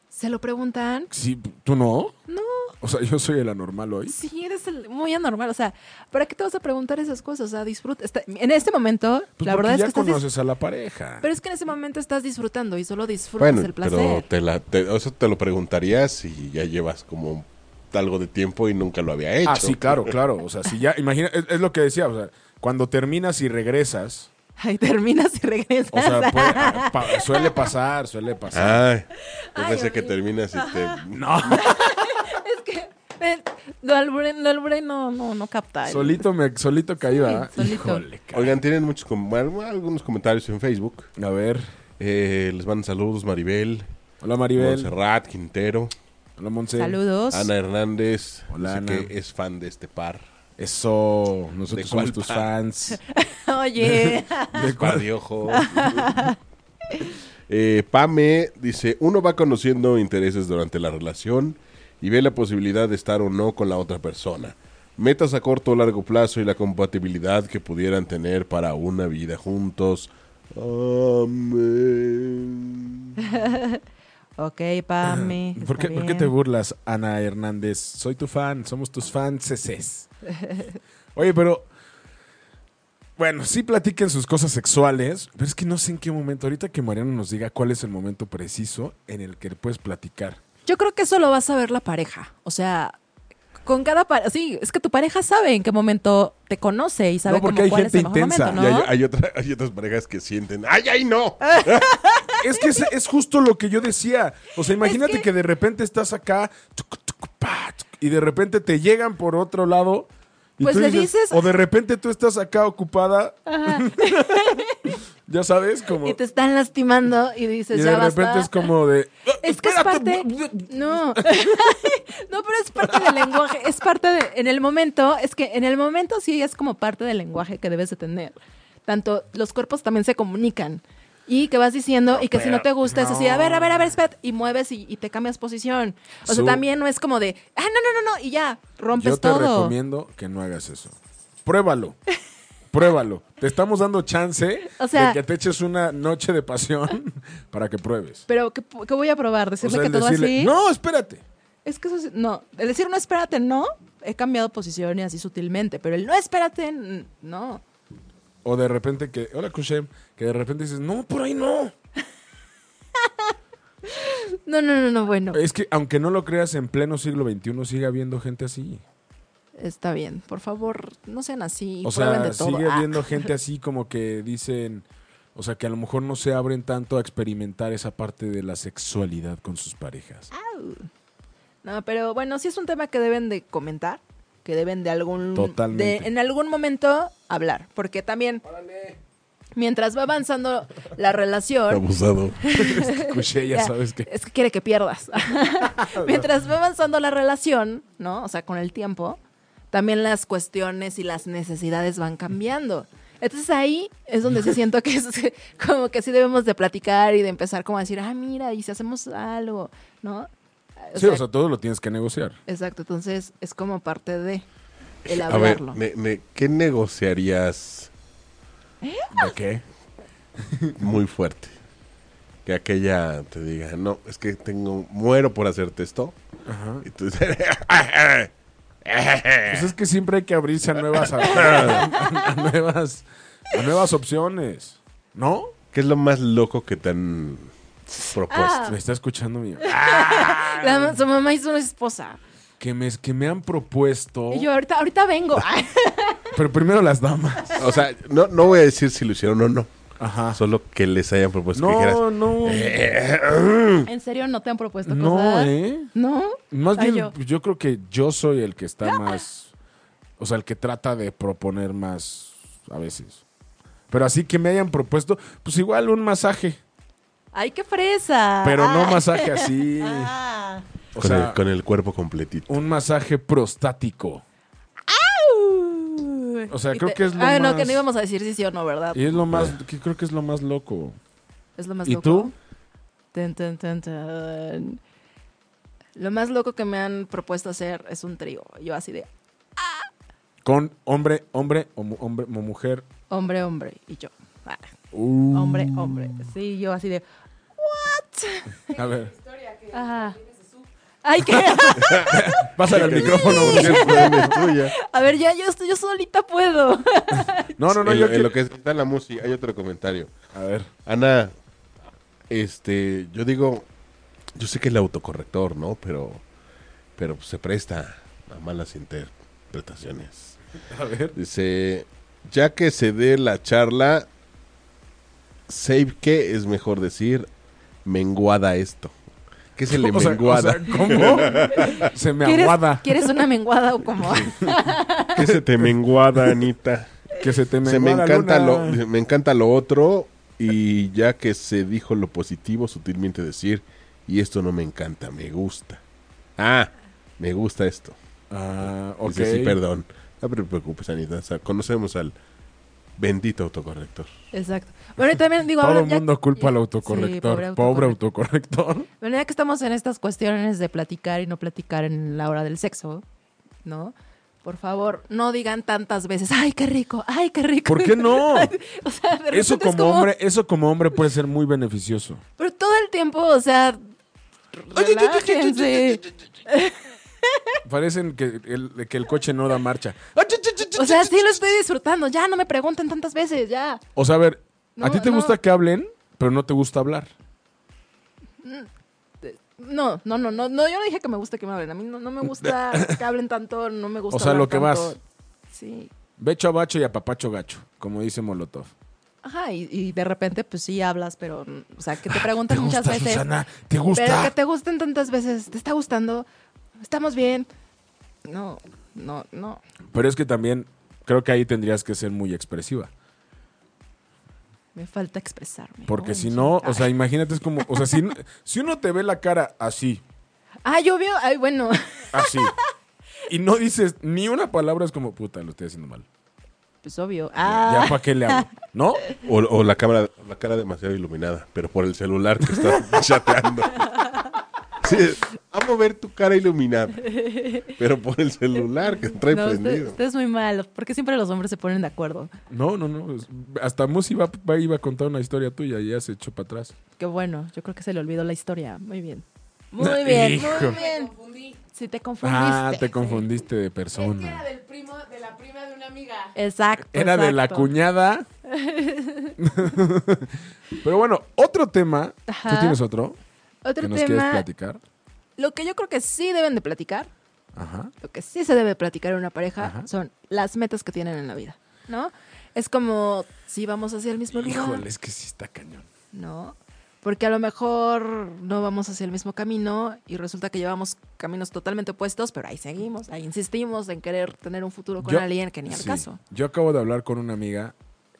C: ¿Se lo preguntan?
B: Sí, ¿tú no?
C: No.
B: O sea, yo soy el anormal hoy.
C: Sí, eres el- muy anormal. O sea, ¿para qué te vas a preguntar esas cosas? O sea, disfruta. está- en este momento,
B: Pues
C: la
B: porque
C: verdad es
B: ya
C: que estás dis-
B: conoces a la pareja.
C: Pero es que en ese momento estás disfrutando y solo disfrutas
D: Bueno,
C: el
D: pero
C: placer.
D: te la, te- eso te lo preguntarías si ya llevas como algo de tiempo y nunca lo había hecho.
B: Ah, sí, claro, claro. O sea, si ya, imagina, es, es lo que decía, o sea, cuando terminas y regresas,
C: Ahí terminas y regresas.
B: o
C: *laughs*
B: sea, puede- ah, pa- suele pasar, suele pasar.
D: Ay, Ah, yo
C: Ay,
D: pensé que
C: amigo.
D: terminas y te...
B: No,
C: es que eh, lo alburé, lo alburé no, no, no capta.
B: solito me, solito caí, ¿verdad?
C: solito.
B: Híjole, ca-
D: Oigan, tienen muchos com- bueno, algunos comentarios en Facebook.
B: A ver,
D: Eh, les mandan saludos Maribel,
B: hola Maribel,
D: Montserrat, Quintero,
B: hola Monse.
C: Saludos.
D: Ana Hernández,
B: Hola,
D: dice
B: Ana. *laughs*
D: que es fan de este par.
B: Eso, nosotros
D: cuál
B: somos tus
D: pa- *laughs*
B: fans.
C: *laughs*
B: *laughs*
C: Oye.
B: ¿De cuál?
D: Padiojo. *laughs* Eh, Pame dice, uno va conociendo intereses durante la relación y ve la posibilidad de estar o no con la otra persona. Metas a corto o largo plazo y la compatibilidad que pudieran tener para una vida juntos. Amén.
C: ok, Pame. está
B: Ah, ¿Por qué, por qué te
C: bien.
B: burlas, Ana Hernández? Soy tu fan, somos tus fans, ceces. *laughs* Oye, pero. Bueno, sí platiquen sus cosas sexuales, pero es que no sé en qué momento. Ahorita que Mariano nos diga cuál es el momento preciso en el que puedes
C: *laughs*
B: platicar.
C: Yo creo que eso lo va a saber la pareja. O sea, con cada pareja. Sí, es que tu pareja sabe en qué momento te conoce y sabe
B: No, porque
C: como
B: hay
C: cuál
B: gente
C: es el mejor
B: intensa.
C: momento,
D: Y
C: ¿no? Ah.
D: hay, hay otra- *laughs* hay otras parejas que sienten, ¡ay, ay, no!
B: Es que es, es justo lo que yo decía. O sea, imagínate
C: Es
B: que...
C: que-
B: de repente estás acá tuc, tuc, pa, tuc, y de repente te llegan por otro lado. y
C: Pues
B: tú
C: le dices-
B: O de repente tú estás acá ocupada. *laughs* ya sabes, como.
C: *laughs* Y te están lastimando y
B: y
C: dices, ya
B: de repente
C: basta.
B: es como de. "Ah,
C: Es que es parte.
B: *laughs*
C: No. no, pero es parte del lenguaje. Es parte de. En el momento, es que en el momento sí es como parte del lenguaje que debes de tener. Tanto los cuerpos también se comunican. Y que vas diciendo, y que si no te gusta, es así, a ver, a ver, a ver, espérate, y mueves y, y te cambias posición. O sea,
B: Su-
C: también no es como de, ah, no, no, no, no, y ya, rompes
B: Yo te
C: todo.
B: recomiendo que no hagas eso. Pruébalo. Pruébalo. Te estamos dando chance
C: O sea-
B: de que te eches una noche de pasión *laughs* para que pruebes.
C: Pero, ¿qué, pu- qué voy a probar?
B: O
C: ¿Decirle
B: sea,
C: que
B: el
C: todo
B: decirle,
C: así?
B: No, espérate.
C: Es que eso sí- no, el decir no espérate, no, he cambiado posición y así sutilmente, pero el no espérate, n- no.
B: O de repente que, hola Kushem, que de repente dices, no, por ahí no.
C: No, no, no, no, bueno,
B: Es que aunque no lo creas, en pleno siglo XXI sigue habiendo gente así.
C: está bien, por favor, no sean así,
B: O
C: prueben
B: sea,
C: de todo.
B: sigue
C: Ah, *laughs*
B: habiendo gente así como que dicen, o sea, que a lo mejor no se abren tanto a experimentar esa parte de la sexualidad con sus parejas.
C: No, pero bueno, sí es un tema que deben de comentar, que deben de algún
B: Totalmente.
C: de- en algún momento hablar, porque también mientras va avanzando la relación,
D: *laughs* Abusado.
B: *laughs* Escuché, ya
C: Ah, Ya,
B: sabes que...
C: Es que quiere
B: *laughs*
C: que pierdas. *laughs* Mientras va avanzando la relación, ¿no? O sea, con el tiempo, también las cuestiones y las necesidades van cambiando. Entonces ahí es donde sí siento que es *laughs* como que sí debemos de platicar y de empezar como a decir, ah, mira, y si hacemos algo, ¿no? O
B: Sí,
C: sea,
B: o sea, todo lo tienes que negociar.
C: Exacto, entonces es como parte de el
D: A ver,
C: hablarlo.
D: ne- ne- ¿qué negociarías
B: ¿De qué?
D: muy fuerte. Que aquella te diga, no, es que tengo, muero por hacerte esto.
B: Ajá.
D: Y tú dices, *laughs* Eh.
B: Pues es que siempre hay que abrirse a nuevas, a, *laughs* a- a nuevas, a nuevas opciones, ¿no?
D: ¿qué es lo más loco que te han propuesto?
C: Ah.
B: Me está escuchando mi...
C: La- su mamá hizo una esposa.
B: Que me, que me han propuesto...
C: Y yo ahorita, ahorita vengo.
B: *laughs*
C: *laughs* Ay,
B: Pero primero las damas.
D: O sea, no, no voy a decir si lo hicieron o no.
B: Ajá.
D: Solo que les hayan propuesto Pues que dijeras. "Eh,
B: No, no.
C: ¿En serio no te han propuesto
B: No,
C: cosas?
B: ¿eh?
C: ¿No?
B: Más
C: Ay,
B: bien, pues,
C: yo.
B: yo. creo que yo soy el que está más. O sea, el que trata de proponer más a veces. Pero así que me hayan propuesto, pues igual un masaje.
C: Ay, qué fresa.
B: Pero no
C: Ay.
B: masaje
C: *laughs*
B: así.
C: Ah.
B: O
D: con,
B: sea,
D: el, con el cuerpo completito.
B: un masaje prostático.
C: Uh.
B: O sea,
C: Y
B: creo que es lo
C: Ah, no,
B: más-
C: que no íbamos a decir si sí o no, ¿verdad?
B: Y es lo más. que creo que es lo más loco.
C: Es lo más
B: ¿Y
C: loco.
B: tú?
C: Tan, tan, tan, tan. Lo más loco que me han propuesto hacer es un trío. Yo así de
B: Con hombre, hombre o, mu- hombre, o mujer.
C: hombre, hombre y yo. Ah,
B: Uh,
C: hombre, hombre. Sí, yo así de
B: A ver.
C: ah. Ay, qué. *laughs*
B: Pásale al micrófono. porque-
C: A ver, ya yo estoy, yo solita puedo.
B: No, no, no.
D: en,
B: yo
D: lo- en
B: que-
D: lo que está la música, hay otro comentario.
B: A ver.
D: Ana, este, yo digo, yo sé que el autocorrector, ¿no? Pero, pero pues, se presta a malas interpretaciones.
B: A ver.
D: Dice, ya que se dé la charla, save que es mejor decir, menguada esto. ¿Qué se le
B: *laughs* O sea,
D: menguada?
B: o sea, ¿Cómo? Se me
C: ¿Quieres,
B: aguada.
C: ¿Quieres una menguada o como?
D: ¿Qué se te menguada, Anita?
B: Que se te
D: se me
B: menguada
D: encanta lo,
B: luna.
D: me encanta lo otro y ya que se dijo lo positivo, sutilmente decir, y esto no me encanta, me gusta. Ah, me gusta esto.
B: Ah, ok.
D: Dice, sí, perdón. No te preocupes, Anita. sa- Conocemos al bendito autocorrector.
C: *laughs* Exacto. Bueno, y también digo,
B: Todo
C: ahora
B: el
C: ya-
B: mundo culpa al
C: Sí,
B: autocorrector.
C: pobre
B: pobre
C: autocorrector.
B: autocorrector.
C: *laughs* Bueno, ya que estamos en estas cuestiones de platicar y no platicar en la hora del sexo, ¿no? Por favor, no digan tantas veces, ay, qué rico, ay, qué rico.
B: ¿Por qué no?
C: O sea, *laughs* de repente
B: Eso
C: es
B: como hombre, eso como hombre puede ser muy beneficioso.
C: Pero todo el tiempo, o sea, relájense.
B: Parecen que el, que el coche no da marcha.
C: O sea, sí lo estoy disfrutando, ya, no me pregunten tantas veces, ya.
B: O sea, a ver, a
C: No,
B: ti te
C: no.
B: gusta que hablen, pero no te gusta hablar.
C: No, no, no, no, no yo no dije que me gusta que me hablen, a mí no, no me gusta que hablen tanto, no me gusta
B: O sea,
C: hablar
B: lo que vas.
C: tanto. Sí.
B: Becho a bacho y a papacho gacho, como dice Molotov.
C: Ajá, y, y de repente, pues sí hablas, pero, o sea, que te preguntan
B: ¿Te
C: muchas
B: gusta,
C: veces.
B: Susana? ¿Te
C: Pero que
B: gusta?
C: te gusten tantas veces, te está gustando, estamos bien. No, no, no.
B: Pero es que también creo que ahí tendrías que ser muy expresiva.
C: Me falta expresarme.
B: Porque
C: Ay,
B: si
C: sí.
B: no, o
C: Ay.
B: sea, imagínate, es como, o sea, si, si uno te ve la cara así,
C: Ah, yo veo. Ay, bueno. *laughs*
B: así, y no dices ni una palabra, es como, puta, lo estoy haciendo mal.
C: Pues obvio.
B: Ya,
C: Ah.
B: para qué le hago, ¿no?
D: O, o la, cámara, la cara demasiado iluminada, pero por el celular que está chateando. Sí, amo ver tu cara iluminada, pero por el celular que
C: *laughs*
D: trae
C: No, usted,
D: prendido.
C: usted es muy malo. Porque siempre los hombres se ponen de acuerdo.
B: No, no, no. es- Hasta Musi va- va- iba a contar una historia tuya y ya se echó para atrás.
C: Qué bueno. Yo creo que se le olvidó la historia. Muy bien.
B: *laughs*
C: Muy bien,
B: Hijo.
C: muy bien. Si te confundiste.
B: Ah, te confundiste de
E: Es que era
B: persona.
E: del primo, de la prima de una amiga.
C: Exacto.
B: Era de la
C: exacto.
B: cuñada.
C: *laughs*
B: Pero bueno, otro tema. ¿Tú
C: Ajá.
B: tienes otro? que
C: Otro
B: nos quieres
C: tema.
B: platicar.
C: Lo que yo creo que sí deben de platicar
B: Ajá.
C: lo que sí se debe platicar en una pareja
B: Ajá.
C: son las metas que tienen en la vida, ¿no? Es como si vamos hacia el mismo lugar,
B: Híjole, es que sí está cañón.
C: ¿no? Porque a lo mejor no vamos hacia el mismo camino y resulta que llevamos caminos totalmente opuestos, pero ahí seguimos, ahí insistimos en querer tener un futuro con
B: Yo-
C: alguien que ni al
B: sí.
C: caso.
B: Yo acabo de hablar con una amiga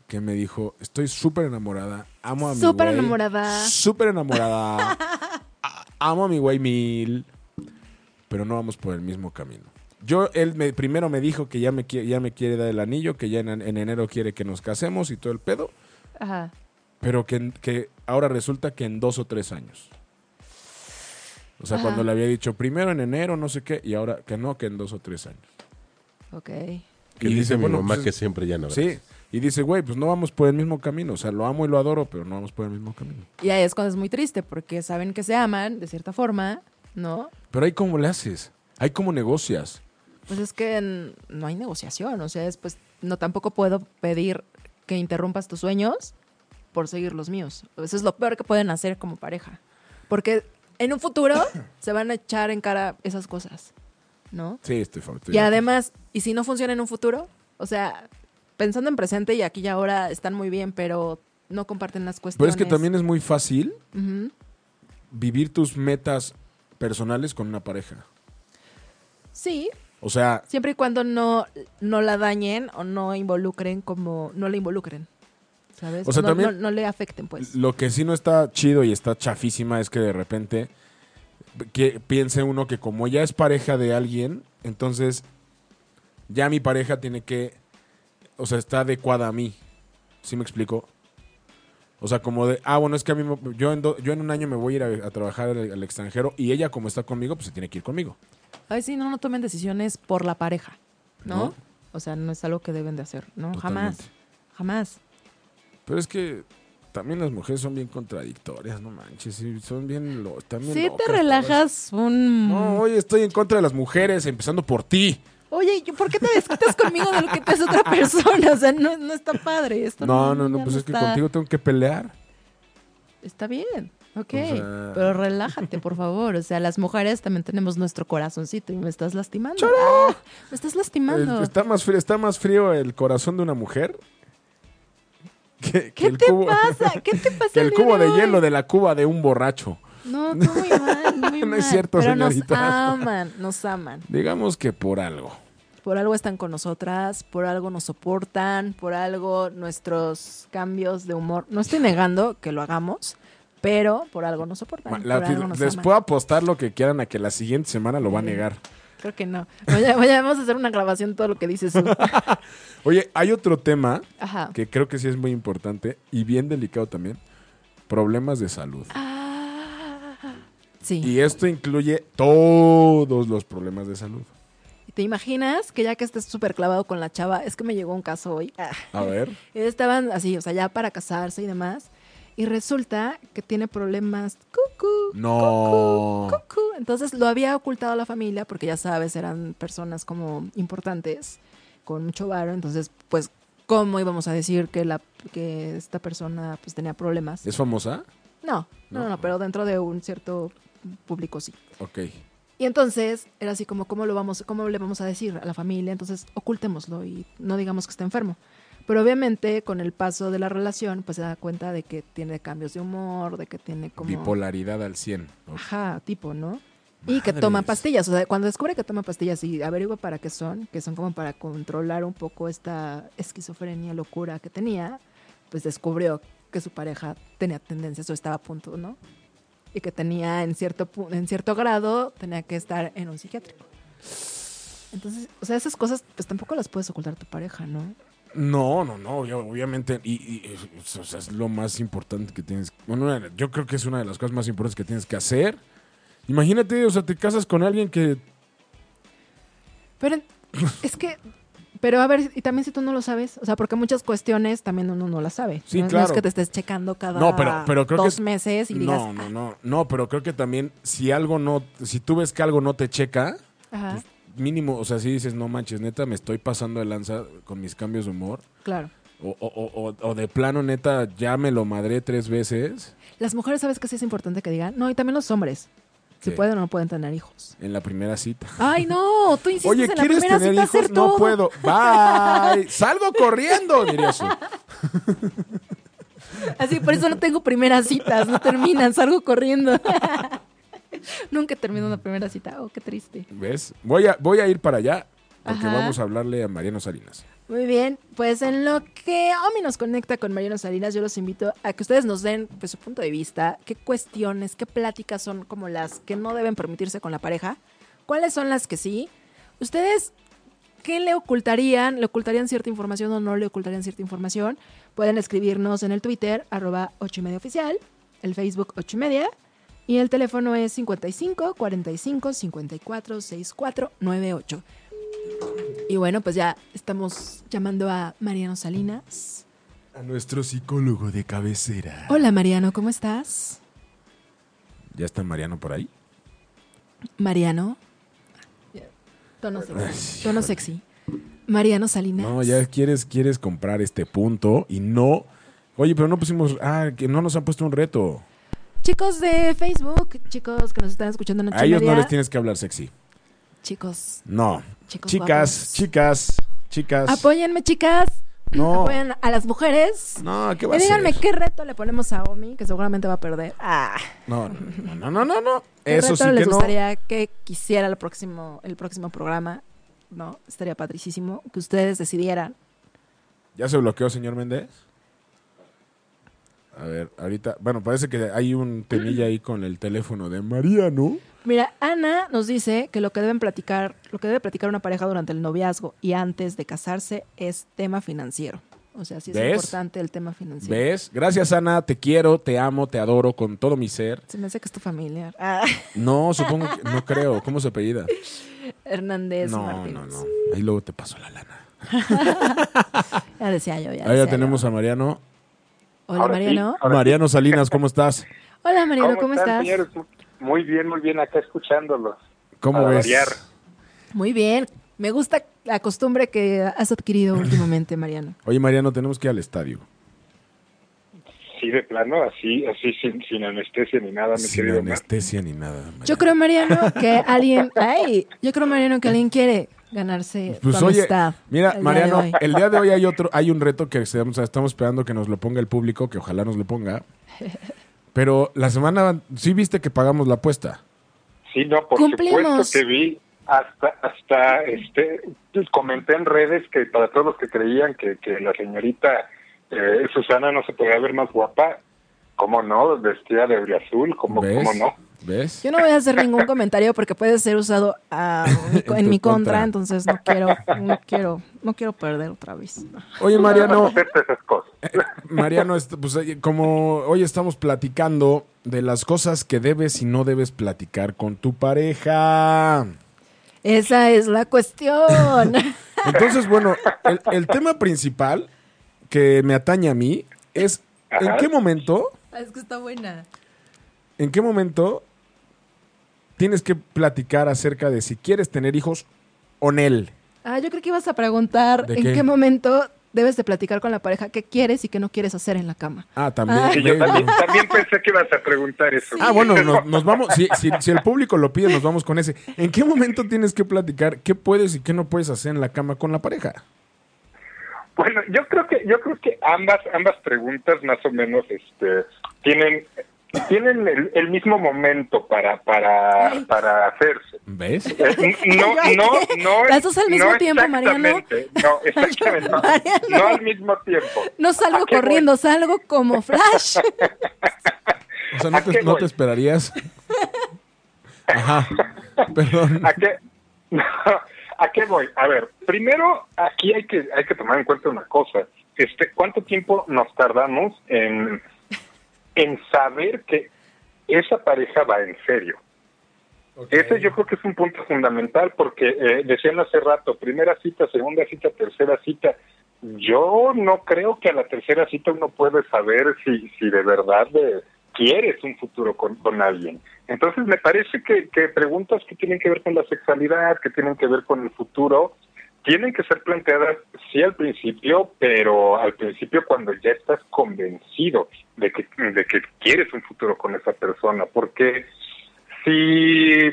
B: que me dijo, estoy súper enamorada, amo a mi
C: Súper
B: güey,
C: enamorada.
B: Súper enamorada. a- amo a mi güey mil. Pero no vamos por el mismo camino. Yo, él me- primero me dijo que ya me, qui- ya me quiere dar el anillo, que ya en, en enero quiere que nos casemos y todo el pedo,
C: Ajá.
B: pero que, en- que ahora resulta que en dos o tres años. O sea,
C: Ajá.
B: cuando le había dicho primero en enero, no sé qué, y ahora que no, que en dos o tres años.
C: Ok.
D: Que
B: Y
D: dice
B: dice,
D: mi
B: bueno,
D: mamá
B: pues es-
D: que siempre ya no.
B: Sí, y dice, güey, pues no vamos por el mismo camino. O sea, lo amo y lo adoro, pero no vamos por el mismo camino.
C: Y ahí es cuando es muy triste porque saben que se aman de cierta forma, ¿no?
B: Pero ahí cómo le haces, ahí cómo negocias.
C: Pues es que n- no hay negociación, o sea, es, pues no tampoco puedo pedir que interrumpas tus sueños por seguir los míos. Eso es lo peor que pueden hacer como pareja, porque en un futuro se van a echar en cara esas cosas, ¿no?
B: Sí, pues. estoy fa- estoy-
C: Y además, ¿y si no funciona en un futuro? O sea, pensando en presente y aquí y ahora están muy bien, pero no comparten las
B: Pero
C: cuestiones.
B: es que también es muy fácil
C: Ujú.
B: vivir tus metas personales con una pareja.
C: Sí,
B: O sea,
C: siempre y cuando no, no la dañen o no involucren como... No la involucren, ¿sabes?
B: O sea,
C: no,
B: también-
C: no- no le afecten, pues.
B: lo que sí no está chido y está chafísima es que de repente que piense uno que como ya es pareja de alguien, entonces ya mi pareja tiene que, o sea, está adecuada a mí. ¿Sí me explico? O sea, como de, ah, bueno, es que a mí, me- yo en, do- yo en un año me voy a ir a, a trabajar al, al extranjero y ella como está conmigo, pues se tiene que ir conmigo.
C: Ay, sí, no, no tomen decisiones por la pareja, ¿no?
B: No.
C: O sea, no es algo que deben de hacer, ¿no?
B: Totalmente.
C: Jamás, jamás.
B: Pero es que también las mujeres son bien contradictorias, no manches, y son bien, lo, están bien
C: Sí
B: locas
C: te
B: todas.
C: relajas un...
B: No, oye, estoy en contra de las mujeres, empezando por ti.
C: Oye, ¿y ¿por qué te desquitas conmigo de lo que te hace otra persona? O sea, no, no está padre esto.
B: No, no, no,
C: ya
B: pues es que
C: está-
B: contigo tengo que pelear.
C: Está bien,
B: O
C: ok.
B: sea-
C: Pero relájate, por favor. O sea, las mujeres también tenemos nuestro corazoncito y me estás lastimando. Ah, me estás lastimando.
B: El- está, más frío, está más frío el corazón de una mujer que, que
C: ¿Qué
B: el
C: te
B: cubo,
C: pasa? ¿Qué te pasa?
B: *laughs* que el
C: día
B: cubo de
C: hoy?
B: hielo de la cuba de un borracho.
C: No, tú muy mal, muy
B: *laughs* No
C: mal.
B: es cierto,
C: Pero nos
B: señorita.
C: aman, nos aman.
B: Digamos que por algo.
C: Por algo están con nosotras, por algo nos soportan, por algo nuestros cambios de humor. No estoy negando que lo hagamos, pero por algo nos soportan.
B: La-
C: por algo nos
B: les
C: aman.
B: puedo apostar lo que quieran a que la siguiente semana lo va a negar.
C: Creo que no. Vaya- Vayamos a hacer una grabación de todo lo que
B: *laughs*
C: dices. tú.
B: Oye, hay otro tema
C: Ajá.
B: que creo que sí es muy importante y bien delicado también. Problemas de salud.
C: Ah, sí.
B: Y esto incluye todos los problemas de salud.
C: ¿Te imaginas que ya que estés súper clavado con la chava, es que me llegó un caso hoy? Ah.
B: A ver.
C: Estaban así, o sea, ya para casarse y demás. Y resulta que tiene problemas. Cucú,
B: No.
C: cucú. Entonces lo había ocultado a la familia porque ya sabes, eran personas como importantes, con mucho varo. Entonces, pues, ¿cómo íbamos a decir que, la, que esta persona pues tenía problemas?
B: ¿Es famosa?
C: No, no, no,
B: No.
C: no, pero dentro de un cierto público sí.
B: Ok.
C: Y entonces era así como, ¿cómo, lo vamos, ¿cómo le vamos a decir a la familia? Entonces ocultémoslo y no digamos que está enfermo. Pero obviamente con el paso de la relación, pues se da cuenta de que tiene cambios de humor, de que tiene como...
B: Bipolaridad al 100. Ok.
C: Ajá, tipo, ¿no? Y que
B: Madres.
C: toma pastillas. O sea, cuando descubre que toma pastillas y averigua para qué son, que son como para controlar un poco esta esquizofrenia, locura que tenía, pues descubrió que su pareja tenía tendencias o estaba a punto, ¿no? Y que tenía en cierto, pu- en cierto grado, tenía que estar en un psiquiátrico. Entonces, o sea, esas cosas, pues tampoco las puedes ocultar a tu pareja, ¿no?
B: No, no, no, obvia- obviamente. Y, y es, o sea, es lo más importante que tienes. Bueno, una de la- yo creo que es una de las cosas más importantes que tienes que hacer. Imagínate, o sea, te casas con alguien que.
C: Pero en- es que, pero a ver, y también si tú no lo sabes, o sea, porque muchas cuestiones también uno no las sabe.
B: Sí,
C: no, no
B: claro.
C: es que te estés checando cada
B: No, pero, pero creo que.
C: dos
B: es-
C: meses y digas, "Ah".
B: no, no, no. No, pero creo que también si algo no. Si tú ves que algo no te checa,
C: "Ah, ajá,
B: mínimo, o sea, si dices, no manches, neta, me estoy pasando de lanza con mis cambios de humor.
C: claro.
B: O, o- o- o- o de plano, neta, ya me lo madré tres veces
C: Las mujeres sabes que sí es importante que digan, no, y también los hombres, si
B: ¿Qué?
C: pueden o no pueden tener hijos.
B: en la primera cita.
C: Ay, no, tú insistes
B: Oye,
C: en la
B: ¿quieres
C: primera
B: tener
C: cita hacer
B: hijos? No
C: todo. *laughs*
B: puedo. Bye. Salgo corriendo, diría su.
C: Así, por eso no tengo primeras citas, no terminan, salgo
B: *laughs*
C: corriendo. Nunca termino una primera cita, oh, qué triste.
B: ¿Ves? Voy a, voy a ir para allá porque
C: Ajá.
B: vamos a hablarle a Mariano Salinas.
C: Muy bien, pues en lo que Omi nos conecta con Mariano Salinas, yo los invito a que ustedes nos den pues, su punto de vista, qué cuestiones, qué pláticas son como las que no deben permitirse con la pareja, cuáles son las que sí. Ustedes, ¿qué le ocultarían? ¿Le ocultarían cierta información o no le ocultarían cierta información? Pueden escribirnos en el Twitter, arroba 8 y media oficial, el Facebook 8 y media, y el teléfono es 55 45 54 64 98. Y bueno, pues ya estamos llamando a Mariano Salinas.
B: A nuestro psicólogo de cabecera.
C: Hola Mariano, ¿cómo estás?
B: ¿Ya está Mariano por ahí?
C: Mariano. Tono sexy.
B: Ay,
C: Tono sexy. Mariano Salinas.
B: No, ya quieres, quieres comprar este punto y no. Oye, pero no pusimos. Ah, que no nos han puesto un reto.
C: Chicos de Facebook, chicos que nos están escuchando en ocho
B: A
C: y
B: ellos no
C: media,
B: les tienes que hablar sexy.
C: Chicos,
B: No.
C: Chicos
B: Chicas,
C: guapos.
B: chicas, chicas.
C: apóyenme chicas.
B: No.
C: Apoyen a las mujeres.
B: No, ¿qué va
C: Y
B: a
C: díganme
B: ser?
C: qué reto le ponemos a Omi, que seguramente va a perder. Ah,
B: No, no, no, no, no, no.
C: ¿qué
B: Eso
C: reto
B: sí
C: les
B: que no.
C: gustaría que quisiera el próximo, el próximo programa? No, estaría padricísimo que ustedes decidieran
B: ¿Ya se bloqueó, señor Méndez? A ver, ahorita. Bueno, parece que hay un temilla ahí con el teléfono de Mariano.
C: Mira, Ana nos dice que lo que deben platicar, lo que debe platicar una pareja durante el noviazgo y antes de casarse es tema financiero. O sea, sí es
B: ¿Ves?
C: importante el tema financiero.
B: ¿Ves? Gracias, Ana. Te quiero, te amo, te adoro con todo mi ser.
C: Se me hace que es tu familiar. Ah, *laughs*
B: No, supongo que. No creo. ¿Cómo se apellida?
C: Hernández
B: no,
C: Martínez.
B: no, no. Ahí luego te paso la lana.
C: Ya decía yo, ya.
B: Ahí
C: decía
B: ya
C: yo.
B: tenemos a Mariano.
C: Hola,
F: Ahora sí.
C: Mariano.
B: Mariano Salinas, ¿cómo estás?
C: Hola, Mariano, ¿cómo,
F: están,
C: estás?
F: señores? Muy bien, muy bien, acá escuchándolos.
B: ¿Cómo
F: Para
B: ves?
F: variar.
C: Muy bien. Me gusta la costumbre que has adquirido últimamente, Mariano.
B: Oye, Mariano, tenemos que ir al estadio.
F: Sí, de plano, así, así sin, sin anestesia ni nada, mi
B: Sin
F: querido Omar.
B: anestesia ni nada. Mariano.
C: Yo
B: *laughs*
C: creo, Mariano, que alguien. ¡Ay! Yo creo, Mariano, que alguien quiere ganarse
B: Pues
C: tu
B: oye,
C: amistad.
B: mira,
C: el día de
B: Mariano,
C: hoy.
B: el día de hoy hay otro, hay un reto que estamos, estamos esperando que nos lo ponga el público, que ojalá nos lo
C: *laughs*
B: ponga. Pero la semana, sí viste que pagamos la apuesta.
F: Sí, no, por
C: Cumplimos.
F: supuesto que vi hasta, hasta, este, comenté en redes que para todos los que creían que, que la señorita eh, Susana no se podía ver más guapa, ¿Cómo no? Vestida de azul, ¿cómo,
B: ¿Ves?
F: cómo no?
B: ¿Ves?
C: Yo no voy a hacer ningún comentario porque puede ser usado ah,
B: *laughs*
C: en,
B: tu
C: mi contra,
B: contra.
C: entonces no quiero, no quiero, no quiero perder otra vez.
B: Oye, Mariano, eh,
F: Acepta esas
B: *laughs*
F: cosas.
B: Mariano, est- pues, eh, como hoy estamos platicando de las cosas que debes y no debes platicar con tu pareja.
C: Esa es
B: *laughs*
C: la cuestión.
E: Ah,
B: Entonces, bueno, el, el tema principal que me atañe a mí es en
F: Ajá.
B: qué momento,
E: Es que está buena.
B: en qué momento tienes que platicar acerca de si quieres tener hijos o él.
C: Ah, yo creo que ibas a preguntar
B: ¿De
C: en
B: qué?
C: qué momento debes de platicar con la pareja qué quieres y qué no quieres hacer en la cama.
B: Ah, también.
C: Ah.
F: Sí, yo
B: bueno.
F: también, también pensé que ibas a preguntar eso.
B: Ah, bueno, nos, nos vamos. Si, si- si el público lo pide, nos vamos con ese. ¿En qué momento tienes que platicar qué puedes y qué no puedes hacer en la cama con la pareja?
F: Bueno, yo creo que yo creo que ambas ambas preguntas más o menos este tienen tienen el, el mismo momento para para para hacerse.
B: ¿Ves?
F: Eh,
C: *laughs*
F: No, no, no.
C: Las dos al mismo
F: no
C: tiempo, Mariano.
F: exactamente,
C: *laughs*
F: No, exactamente. no,
C: Mariano.
F: No al mismo tiempo.
B: Ah,
C: No salgo
F: ¿A qué voy?
C: corriendo, salgo como flash.
B: O sea, no
F: ¿A
B: te,
F: qué
B: no
F: voy?
B: te esperarías. Ajá. Perdón.
F: ¿A qué, *laughs* ¿A qué voy? A ver, primero aquí hay que hay que tomar en cuenta una cosa. Este, ¿cuánto tiempo nos tardamos en en saber que esa pareja va en serio? Ese yo creo que es un punto fundamental porque eh, decían hace rato, primera cita, segunda cita, tercera cita. Yo no creo que a la tercera cita uno puede saber si, si de verdad eh, quieres un futuro con, con alguien. Entonces me parece que, que preguntas que tienen que ver con la sexualidad, que tienen que ver con el futuro, tienen que ser planteadas sí al principio, pero al principio cuando ya estás convencido de que, de que quieres un futuro con esa persona, porque si,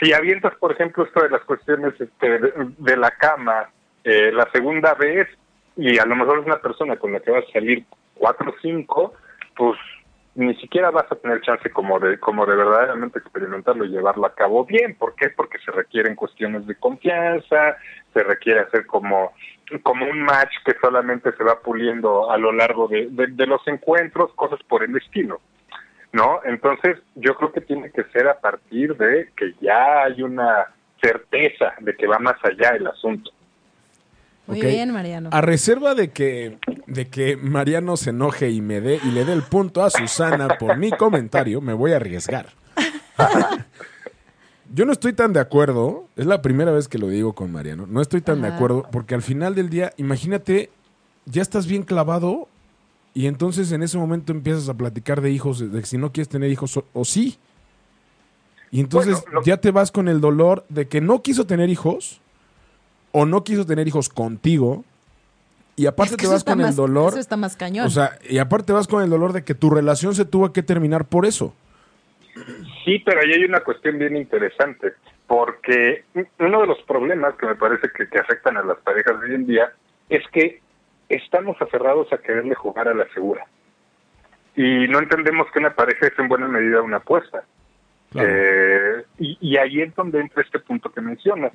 F: si avientas, por ejemplo, esto de las cuestiones este, de, de la cama eh, la segunda vez y a lo mejor es una persona con la que vas a salir cuatro o cinco, pues ni siquiera vas a tener chance como de, como de verdaderamente experimentarlo y llevarlo a cabo bien. ¿Por qué? Porque se requieren cuestiones de confianza, se requiere hacer como, como un match que solamente se va puliendo a lo largo de- de- de los encuentros, cosas por el estilo. ¿no? Entonces, yo creo que tiene que ser a partir de que ya hay una certeza de que va más allá el asunto.
B: *laughs*
E: Muy
B: Ok.
E: bien, Mariano.
B: A reserva de que, de que Mariano se enoje y me dé y le dé el punto a Susana por mi comentario, me voy a arriesgar. Yo no estoy tan de acuerdo, es la primera vez que lo digo con Mariano, no estoy tan de
C: Ajá.
B: acuerdo porque al final del día, imagínate, ya estás bien clavado y entonces en ese momento empiezas a platicar de hijos, de que si no quieres tener hijos o, o sí. Y entonces
F: Bueno, lo-
B: ya te vas con el dolor de que no quiso tener hijos o no quiso tener hijos contigo y aparte
E: Es que
B: te
E: eso
B: vas
E: está
B: con el
E: más-
B: dolor,
E: Eso está más cañón.
B: o sea, y aparte vas con el dolor de que tu relación se tuvo que terminar por eso.
F: Sí, pero ahí hay una cuestión bien interesante, porque un- uno de los problemas que me parece que, que afectan a las parejas de hoy en día es que estamos aferrados a quererle jugar a la segura. Y no entendemos que una pareja es en buena medida una apuesta. Eh, y, y ahí es donde entra este punto que mencionas.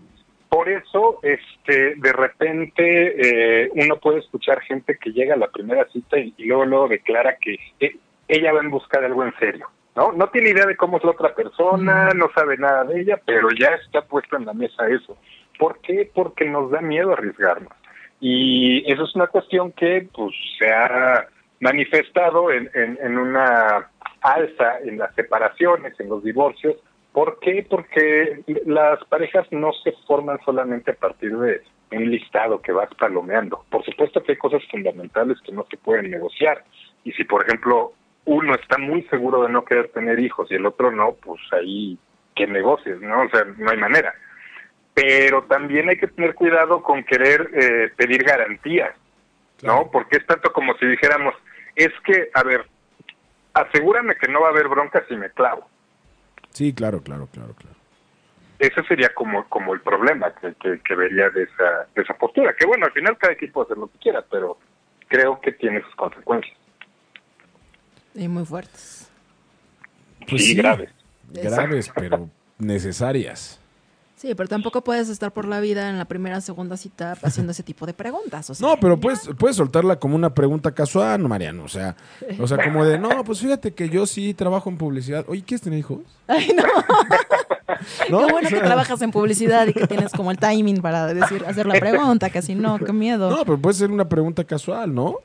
F: Por eso, este, de repente, eh, uno puede escuchar gente que llega a la primera cita y, y luego, luego declara que eh, ella va en busca de algo en serio. ¿no? no tiene idea de cómo es la otra persona, no sabe nada de ella, pero ya está puesto en la mesa eso. ¿Por qué? Porque nos da miedo arriesgarnos. Y eso es una cuestión que pues, se ha manifestado en, en- en una alza en las separaciones, en los divorcios. ¿Por qué? Porque las parejas no se forman solamente a partir de un listado que vas palomeando. Por supuesto que hay cosas fundamentales que no se pueden negociar. Y si, por ejemplo, uno está muy seguro de no querer tener hijos y el otro no, pues ahí que negocies, ¿no? O sea, no hay manera pero también hay que tener cuidado con querer eh, pedir garantías, ¿no? Porque es tanto como si dijéramos, es que, a ver, asegúrame que no va a haber broncas si me clavo.
B: Sí, claro, claro, claro, claro.
F: Ese sería como, como el problema que, que, que vería de esa, de esa postura, que bueno, al final cada equipo hace lo que quiera, pero creo que tiene sus consecuencias,
E: Y muy fuertes.
B: Pues
F: sí, graves.
B: Graves, pero necesarias.
C: Sí, pero tampoco puedes estar por la vida en la primera segunda cita haciendo ese tipo de preguntas. o sea,
B: No, pero puedes, puedes soltarla como una pregunta casual, Mariano. O sea, o sea, como de,
F: *laughs*
B: no, pues fíjate que yo sí trabajo en publicidad. Oye, ¿quieres tener hijos?
C: *laughs* Ay, no.
B: *laughs* ¿No?
C: Qué bueno
B: O sea,
C: que trabajas en publicidad y que tienes como el timing para decir, hacer la pregunta, que si no, qué miedo.
B: No, pero puede ser una pregunta casual, ¿no?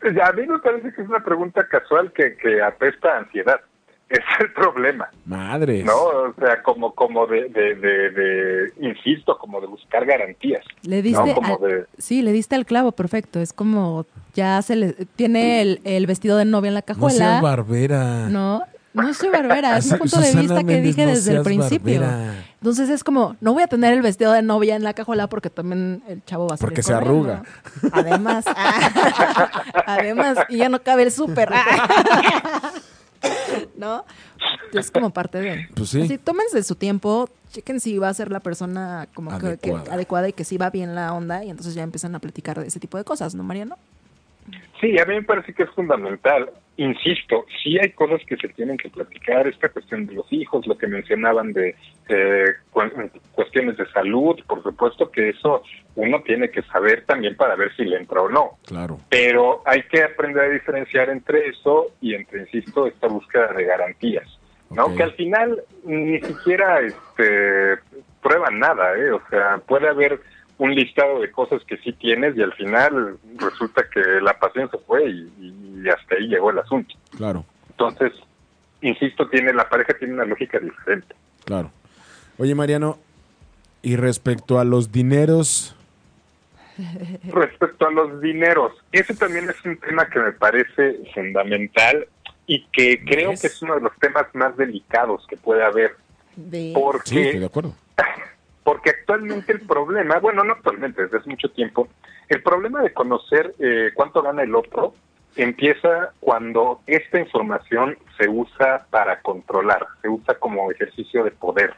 F: Pues, A mí me parece que es una pregunta casual que, que apesta a ansiedad. *laughs* Es el problema,
B: Madres.
F: ¿no? O sea, como, como de, de, de- de- insisto, como de buscar garantías.
E: Le diste
F: No, como
E: al-
F: de-
E: Sí, le diste al clavo, perfecto. Es como ya se le tiene el, el vestido de novia en la
B: No
E: cajuela.
B: seas barbera.
E: No, no soy barbera, es
B: Su-
E: un punto de
B: Susana
E: vista que
B: Méndez,
E: dije
B: no
E: desde el
B: seas
E: principio.
B: barbera.
C: Entonces es como, no voy a tener el vestido de novia en la cajuela porque también el chavo va a ser
B: Porque se arruga.
C: Además, ah, *laughs* además, y ya no cabe el súper. *laughs* ¿No? Es como parte de.
B: Pues sí.
C: Así, tómense su tiempo, chequen si va a ser la persona como que- que-
B: Adecuada.
C: adecuada y que sí va bien la onda, y entonces ya empiezan a platicar de ese tipo de cosas, ¿no, Mariano?
F: Sí, a mí me parece que es fundamental. Insisto, sí hay cosas que se tienen que platicar, esta cuestión de los hijos, lo que mencionaban de eh, cu- cuestiones de salud, por supuesto que eso uno tiene que saber también para ver si le entra o no.
B: Claro.
F: Pero hay que aprender a diferenciar entre eso y entre, insisto, esta búsqueda de garantías, ¿no?
B: Ok.
F: Que al final ni siquiera este, prueban nada, ¿eh? O sea, puede haber un listado de cosas que sí tienes y al final resulta que la pasión se fue y- y- y hasta ahí llegó el asunto.
B: Claro,
F: Entonces, insisto, tiene la pareja tiene una lógica diferente.
B: claro. Oye, Mariano, y respecto a los dineros,
F: Respecto a los dineros, ese también es un tema que me parece fundamental y que creo que es uno de los temas más delicados que puede haber,
C: De...
B: sí, estoy de
F: porque
B: acuerdo.
F: porque actualmente el problema, bueno, no actualmente, desde hace mucho tiempo, el problema de conocer eh, cuánto gana el otro empieza cuando esta información se usa para controlar, se usa como ejercicio de poder.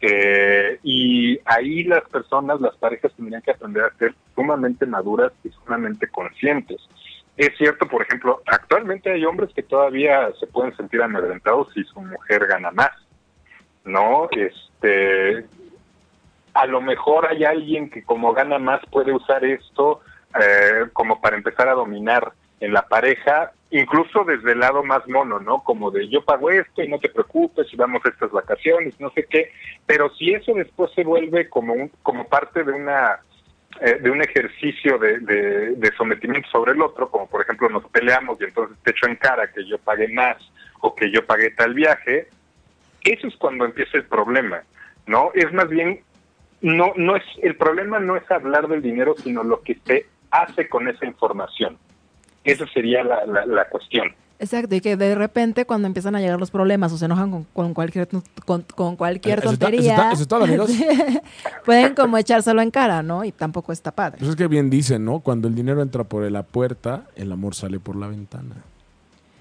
F: Eh, y ahí las personas, las parejas tendrían que aprender a ser sumamente maduras y sumamente conscientes. Es cierto, por ejemplo, actualmente hay hombres que todavía se pueden sentir amedrentados si su mujer gana más, ¿no? Este, a lo mejor hay alguien que como gana más puede usar esto eh, como para empezar a dominar en la pareja, incluso desde el lado más mono, ¿no? Como de yo pago esto y no te preocupes y vamos a estas vacaciones, no sé qué, pero si eso después se vuelve como, un- como parte de una eh, de un ejercicio de, de- de sometimiento sobre el otro, como por ejemplo nos peleamos y entonces te echo en cara que yo pagué más o que yo pagué tal viaje, eso es cuando empieza el problema, ¿no? Es más bien no, no es, el problema no es hablar del dinero, sino lo que usted hace con esa información. Esa sería la, la, la cuestión.
C: Exacto, y que de repente cuando empiezan a llegar los problemas o se enojan con, con cualquier con, con cualquier
B: Eso está- eso
C: tontería,
B: está- eso es todo, amigos.
C: *laughs* pueden como echárselo en cara, ¿no? Y tampoco está padre.
B: Pues es que bien dicen, ¿no? Cuando el dinero entra por la puerta, el amor sale por la ventana.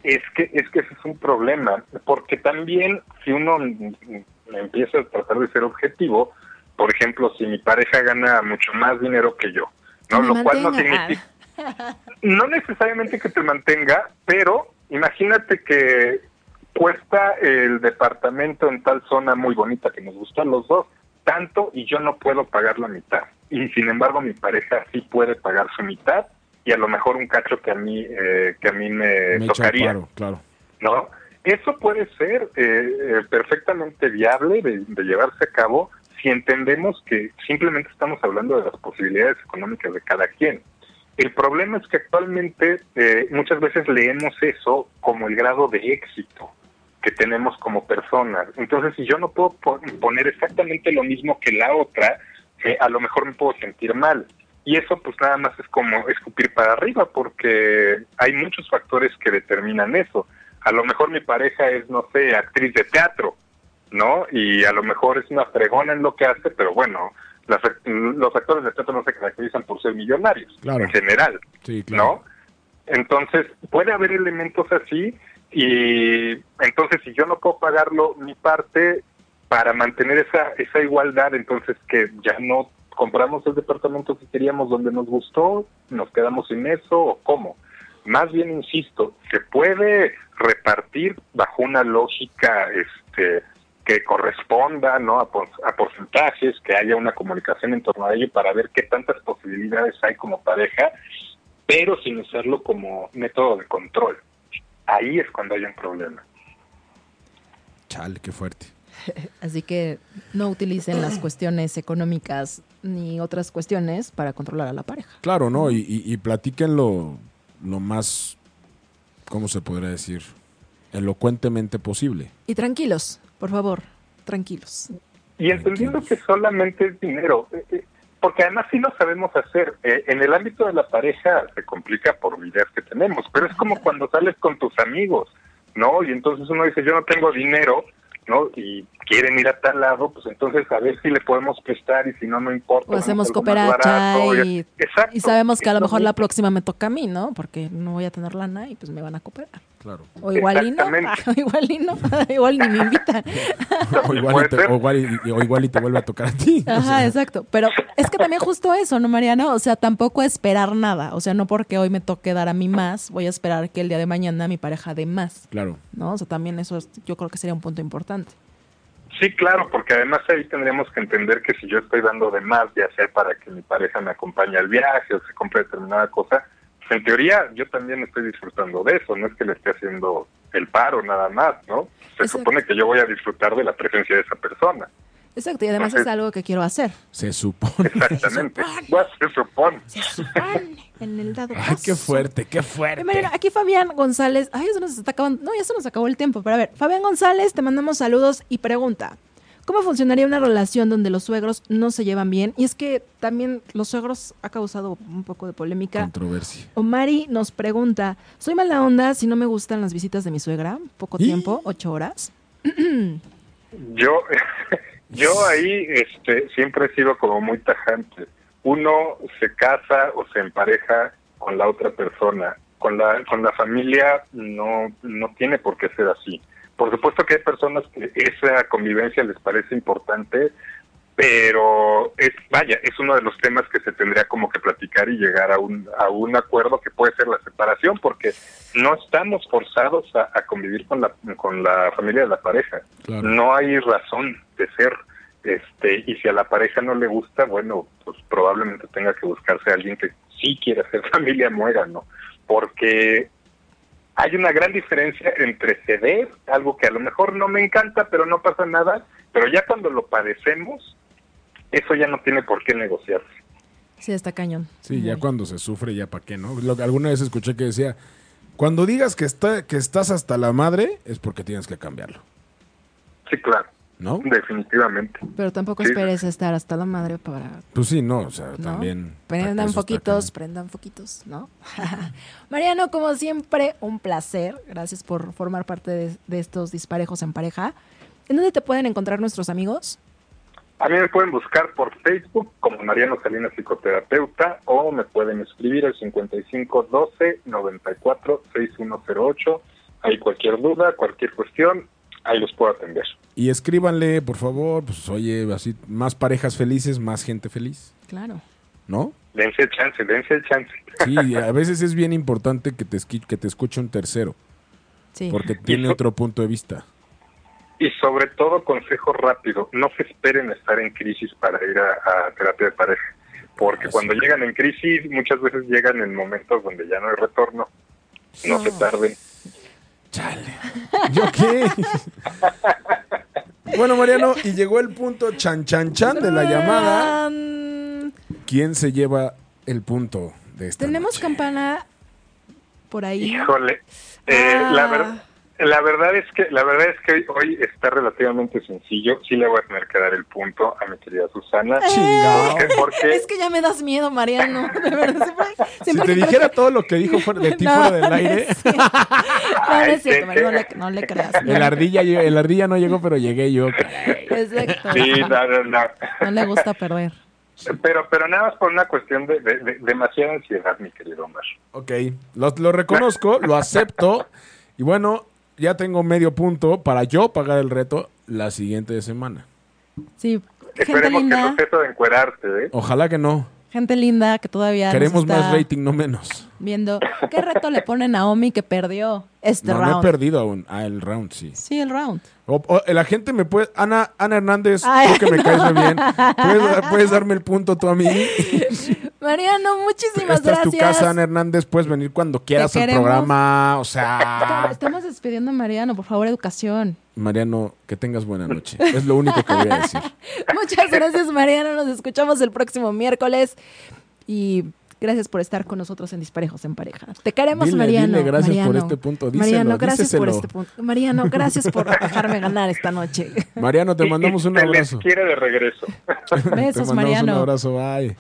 F: Es que, es que ese es un problema, porque también si uno mm, mm, empieza a tratar de ser objetivo, por ejemplo, si mi pareja gana mucho más dinero que yo, ¿no?
C: Que me
F: lo cual no
C: mantenga.
F: significa... *laughs* No necesariamente que te mantenga, pero imagínate que cuesta el departamento en tal zona muy bonita que nos gustan los dos tanto y yo no puedo pagar la mitad. Y sin embargo mi pareja sí puede pagar su mitad y a lo mejor un cacho que a mí, eh, que a mí me,
B: Me echa el
F: tocaría.
B: paro, claro.
F: ¿no? Eso puede ser eh, eh, perfectamente viable de, de llevarse a cabo si entendemos que simplemente estamos hablando de las posibilidades económicas de cada quien. El problema es que actualmente eh, muchas veces leemos eso como el grado de éxito que tenemos como personas. Entonces, si yo no puedo po- poner exactamente lo mismo que la otra, eh, a lo mejor me puedo sentir mal. Y eso pues nada más es como escupir para arriba porque hay muchos factores que determinan eso. A lo mejor mi pareja es, no sé, actriz de teatro, ¿no? Y a lo mejor es una fregona en lo que hace, pero bueno, las act- los actores de teatro no se caracterizan por ser millonarios
B: Claro.
F: en general.
B: Sí, claro.
F: ¿no? Entonces, puede haber elementos así y entonces si yo no puedo pagarlo mi parte para mantener esa esa igualdad, entonces que ya no compramos el departamento que queríamos donde nos gustó, nos quedamos sin eso o cómo. Más bien insisto, se puede repartir bajo una lógica este
E: que corresponda ¿no? a, por- a porcentajes, que haya una comunicación en torno a ello para ver qué tantas posibilidades hay como pareja, pero sin usarlo como método de control. Ahí es cuando hay un problema.
B: Chale, qué fuerte.
F: Así que no
B: *clears throat*
F: utilicen las cuestiones económicas ni otras cuestiones para controlar a la pareja.
B: Claro, ¿no? Y, y, y platíquenlo lo más, ¿cómo se podría decir? Elocuentemente posible.
C: Y tranquilos, por favor, tranquilos.
E: Y entendiendo que solamente es dinero, eh, eh, porque además sí lo sabemos hacer. Eh, en el ámbito de la pareja se complica por ideas que tenemos, pero es como cuando sales con tus amigos, ¿no? Y entonces uno dice, yo no tengo dinero, ¿no? Y quieren ir a tal lado, pues entonces a ver si le podemos prestar y si no, no importa.
C: O hacemos
E: vamos a algo más
C: cooperacha
E: barato.
C: y-
E: Exacto.
C: Y sabemos que a lo
E: Es
C: mejor la
E: mismo.
C: próxima me toca a mí, ¿no? Porque no voy a tener lana y pues me van a cooperar.
B: Claro.
F: O igual y no,
E: Exactamente.
C: *laughs* O igual y no, igual ni
B: *laughs*
C: me invitan.
B: O igual, y te, o igual y- y- o igual y te vuelve a tocar a ti. O sea,
F: Ajá, exacto. Pero es que también justo eso, ¿no, Mariana? O sea, tampoco esperar nada. O sea, no porque hoy me toque dar a mí más, voy a esperar que el día de mañana mi pareja dé más,
B: Claro.
F: ¿no? O sea, también eso es- yo creo que sería un punto importante.
E: Sí, claro, porque además ahí tendríamos que entender que si yo estoy dando de más, ya sea para que mi pareja me acompañe al viaje o se compre determinada cosa, pues en teoría yo también estoy disfrutando de eso, no es que le esté haciendo el paro nada más, ¿no? Se
C: Exacto.
E: supone que yo voy a disfrutar de la presencia de esa persona.
C: Exacto, y además es algo que quiero hacer.
B: Se supone.
E: Exactamente. Bueno, se supone.
C: Se supone en el dado
B: *laughs* Ay, qué
C: caso.
B: fuerte, qué fuerte.
F: Eh, Mariana, aquí Fabián González. Ay, eso nos está acabando. No, ya se nos acabó el tiempo. Pero a ver, Fabián González, te mandamos saludos y pregunta.
C: ¿Cómo funcionaría una relación donde los suegros no se llevan bien? Y es que también los suegros ha causado un poco de polémica.
B: Controversia.
C: Omari nos pregunta, ¿soy mala onda si no me gustan las visitas de mi suegra? Poco
B: Y-
C: tiempo, ocho horas.
E: Yo, *laughs* yo ahí este, siempre he sido como muy tajante. Uno se casa o se empareja con la otra persona. Con la, con la familia no, no tiene por qué ser así. Por supuesto que hay personas que esa convivencia les parece importante, pero es, vaya, es uno de los temas que se tendría como que platicar y llegar a un, a un acuerdo que puede ser la separación, porque no estamos forzados a, a convivir con la, con la familia de la pareja.
B: Claro.
E: No hay razón de ser. Este, y si a la pareja no le gusta, bueno, pues probablemente tenga que buscarse a alguien que sí quiera hacer *laughs* familia muera, ¿no? Porque hay una gran diferencia entre ceder, algo que a lo mejor no me encanta, pero no pasa nada, pero ya cuando lo padecemos, eso ya no tiene por qué negociarse.
F: Sí, está cañón.
B: Sí, ya cuando se sufre, ya para qué, ¿no? Lo que alguna vez escuché que decía, cuando digas que, está, que estás hasta la madre, es porque tienes que cambiarlo,
E: Sí, claro,
B: ¿no?
E: definitivamente.
C: Pero tampoco
E: Sí.
C: esperes a estar hasta la madre para...
B: Pues sí, no, o sea,
C: ¿no?
B: también...
C: Prendan
B: eso está
C: foquitos,
B: cañón.
C: prendan foquitos, ¿no? *laughs* Mariano, como siempre, un placer. Gracias por formar parte de, de estos disparejos en pareja. ¿En dónde te pueden encontrar nuestros amigos?
E: A mí me pueden buscar por Facebook como Mariano Salinas Psicoterapeuta o me pueden escribir al 5512-94-6108. Hay cualquier duda, cualquier cuestión, ahí los puedo atender.
B: Y escríbanle, por favor, pues oye, así, más parejas felices, más gente feliz,
C: Claro.
B: ¿no?
E: Dense chance, dense chance.
B: Sí, y a veces es bien importante que te, esqui- que te escuche un tercero,
F: Sí.
B: porque tiene otro punto de vista.
E: Y sobre todo, consejo rápido, no se esperen a estar en crisis para ir a, a terapia de pareja, porque
B: Ah,
E: cuando
B: sí.
E: llegan en crisis muchas veces llegan en momentos donde ya no hay retorno. No se tarden.
B: Chale. ¿Yo qué? *laughs* bueno, Mariano, y llegó el punto chan chan chan de la llamada.
F: Mm,
B: ¿Quién se lleva el punto de esta
F: tenemos
B: noche?
F: campana por ahí.
E: Híjole, eh,
F: Ah.
E: la verdad. La verdad es que la verdad es que hoy, hoy está relativamente sencillo. Sí le voy a tener que dar el punto a mi querida Susana.
C: Eh.
B: Chingao.
E: Porque, porque-
F: Eh. Es que ya me das miedo, Mariano. *laughs* De verdad, siempre,
B: Si
F: siempre
B: te
F: que
B: dijera todo lo que dijo fuera de ti fuera
C: *laughs*
B: del aire,
F: No, no
E: Ay,
F: es cierto,
E: te-
F: Mario, no le, no le creas.
B: el ardilla, lle- el ardilla no llegó, pero llegué yo. caray.
F: Exacto.
E: sí, no, no, no.
F: No le gusta perder.
E: Pero, pero nada más por una cuestión de, de- de- demasiada ansiedad, mi querido Omar.
B: Ok, lo, lo reconozco, lo acepto. Y bueno, ya tengo medio punto para yo pagar el reto la siguiente semana.
F: Sí, gente
E: Esperemos que
F: linda,
E: el proceso de encuerarte, ¿eh?
B: Ojalá que no.
C: Gente linda que todavía nos
B: Queremos más
C: está
B: rating, no menos.
C: viendo. ¿Qué reto le pone Naomi que perdió este
B: No, no he
C: round?
B: perdido aún. Ah, el round, sí.
C: sí, el round.
B: O- o la gente me puede... Ana, Ana Hernández,
C: Ay,
B: tú que me
C: no.
B: caes muy bien.
C: *laughs*
B: ¿Puedes, puedes darme el punto tú a mí.
C: Mariano, muchísimas
B: Esta es tu
C: gracias.
B: casa, Ana Hernández. Puedes venir cuando quieras al
C: queremos.
B: programa. O sea...
C: Estamos despidiendo a Mariano, por favor, educación.
B: Mariano, que tengas buena noche. Es lo único que voy a decir.
C: *laughs* Muchas gracias, Mariano. Nos escuchamos el próximo miércoles. Y gracias por estar con nosotros en Disparejos en Pareja. Te queremos,
B: Dile,
C: Mariano.
B: dile, gracias por
C: Mariano.
B: este punto. Díselo,
C: Mariano, gracias por
B: díseselo.
C: este punto. Mariano, gracias por
B: *laughs*
C: dejarme ganar esta noche.
B: Mariano, te
F: Y- y
B: mandamos un
F: se les
B: abrazo.
F: quiere de regreso.
B: te
C: Besos,
B: mandamos un
C: Mariano.
B: abrazo. Bye.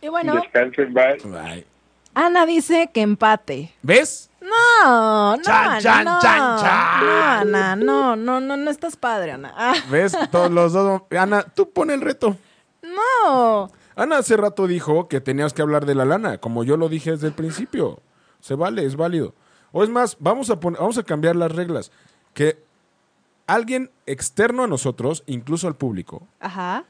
C: Y bueno,
F: Descansen, bye.
B: Bye.
C: Ana dice que empate.
B: ¿Ves?
C: No, no,
B: Chan, chan,
C: no,
B: chan, chan.
C: no, Ana, no, no, no, no estás padre, Ana. Ah,
B: ¿Ves? Todos los dos. Ana, tú pon el reto.
C: no.
B: Ana hace rato dijo que tenías que hablar de la lana, como yo lo dije desde el principio. Se vale, es válido. O es más, vamos a, pon- vamos a cambiar las reglas. Que alguien externo a nosotros, incluso al público,
C: Ajá.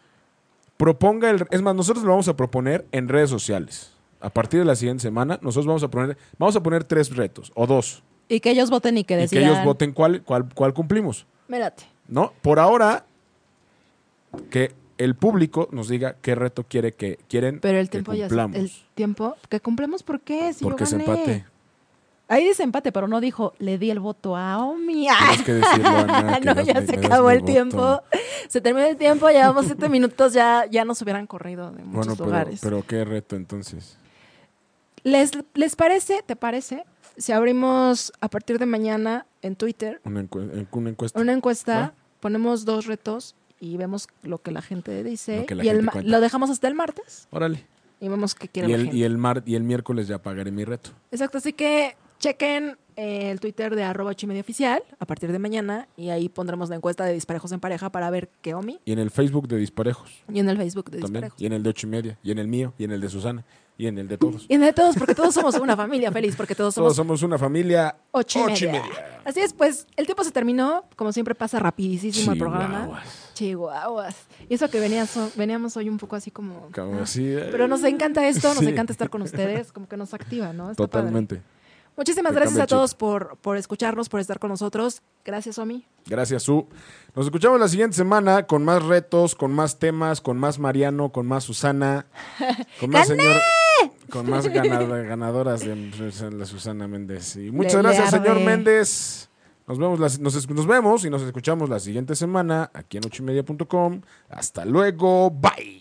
B: proponga el... Es más, nosotros lo vamos a proponer en redes sociales. A partir de la siguiente semana, nosotros vamos a poner, vamos a poner tres retos, o dos.
C: Y que ellos voten y que
B: Y que
C: decidan.
B: ellos voten cuál, cuál, cuál cumplimos.
C: Mérate.
B: ¿No? Por ahora, que el público nos diga qué reto quiere que quieren
C: Pero el
B: que
C: tiempo ya
B: cumplamos.
C: El tiempo que cumplamos por qué? Si
B: porque
C: yo
B: se
C: gané. *laughs*
B: empate.
C: Ahí dice empate, pero no dijo, le di el voto a Omi. *laughs*
B: Tienes que decirlo, Ana, que
C: no,
B: das-
C: ya
B: me
C: se
B: das
C: acabó
B: mi
C: el
B: voto.
C: tiempo. Se terminó el tiempo, llevamos siete minutos, ya, ya nos hubieran corrido de muchos
B: Bueno, pero,
C: lugares.
B: pero qué reto entonces.
C: ¿Les, ¿Les parece, te parece, si abrimos a partir de mañana en Twitter
B: Una, encue- una encuesta.
C: una encuesta,
B: Va.
C: ponemos dos retos y vemos lo que la gente dice
B: Lo que la
C: y el
B: gente
C: ma-
B: cuenta.
C: lo dejamos hasta el martes
B: Órale.
C: y vemos qué quiere
B: Y
C: la
B: el,
C: gente.
B: y, el mar, y el miércoles ya pagaré mi reto.
C: Exacto, así que chequen eh, el Twitter de arroba ocho y medio oficial a partir de mañana y ahí pondremos la encuesta de disparejos en pareja para ver qué Omi
B: Y en el Facebook de Disparejos.
C: y en el Facebook de
B: también.
C: disparejos.
B: Y en el de ocho y media. Y en el mío. Y en el de Susana. Y en el de todos.
C: Y en el de todos, porque todos somos una familia feliz, porque todos somos
B: Todos somos una familia.
C: ocho y,
B: ocho y
C: media.
B: media.
C: Así es, pues el tiempo se terminó, como siempre pasa rapidísimo el programa.
B: Chihuahuas.
C: Chihuahuas. Y eso que venía so- veníamos hoy un poco así como...
B: Como
C: ah.
B: así, eh,
C: Pero nos encanta esto, nos
B: Sí.
C: encanta estar con ustedes, como que nos activa, ¿no? Está padre.
B: Totalmente.
C: Muchísimas
B: Te
C: gracias
B: cambia
C: a
B: el chip.
C: todos por, por escucharnos, por estar con nosotros. Gracias, Omi.
B: Gracias, Su. Nos escuchamos la siguiente semana con más retos, con más temas, con más Mariano, con más Susana, con más señor. Con más ganad- ganadoras de la Susana Méndez. Y muchas
C: Le- le
B: gracias, señor
C: arde.
B: Méndez. Nos vemos, la- nos, es- nos vemos y nos escuchamos la siguiente semana aquí en ochoymedia.com. Hasta luego. Bye.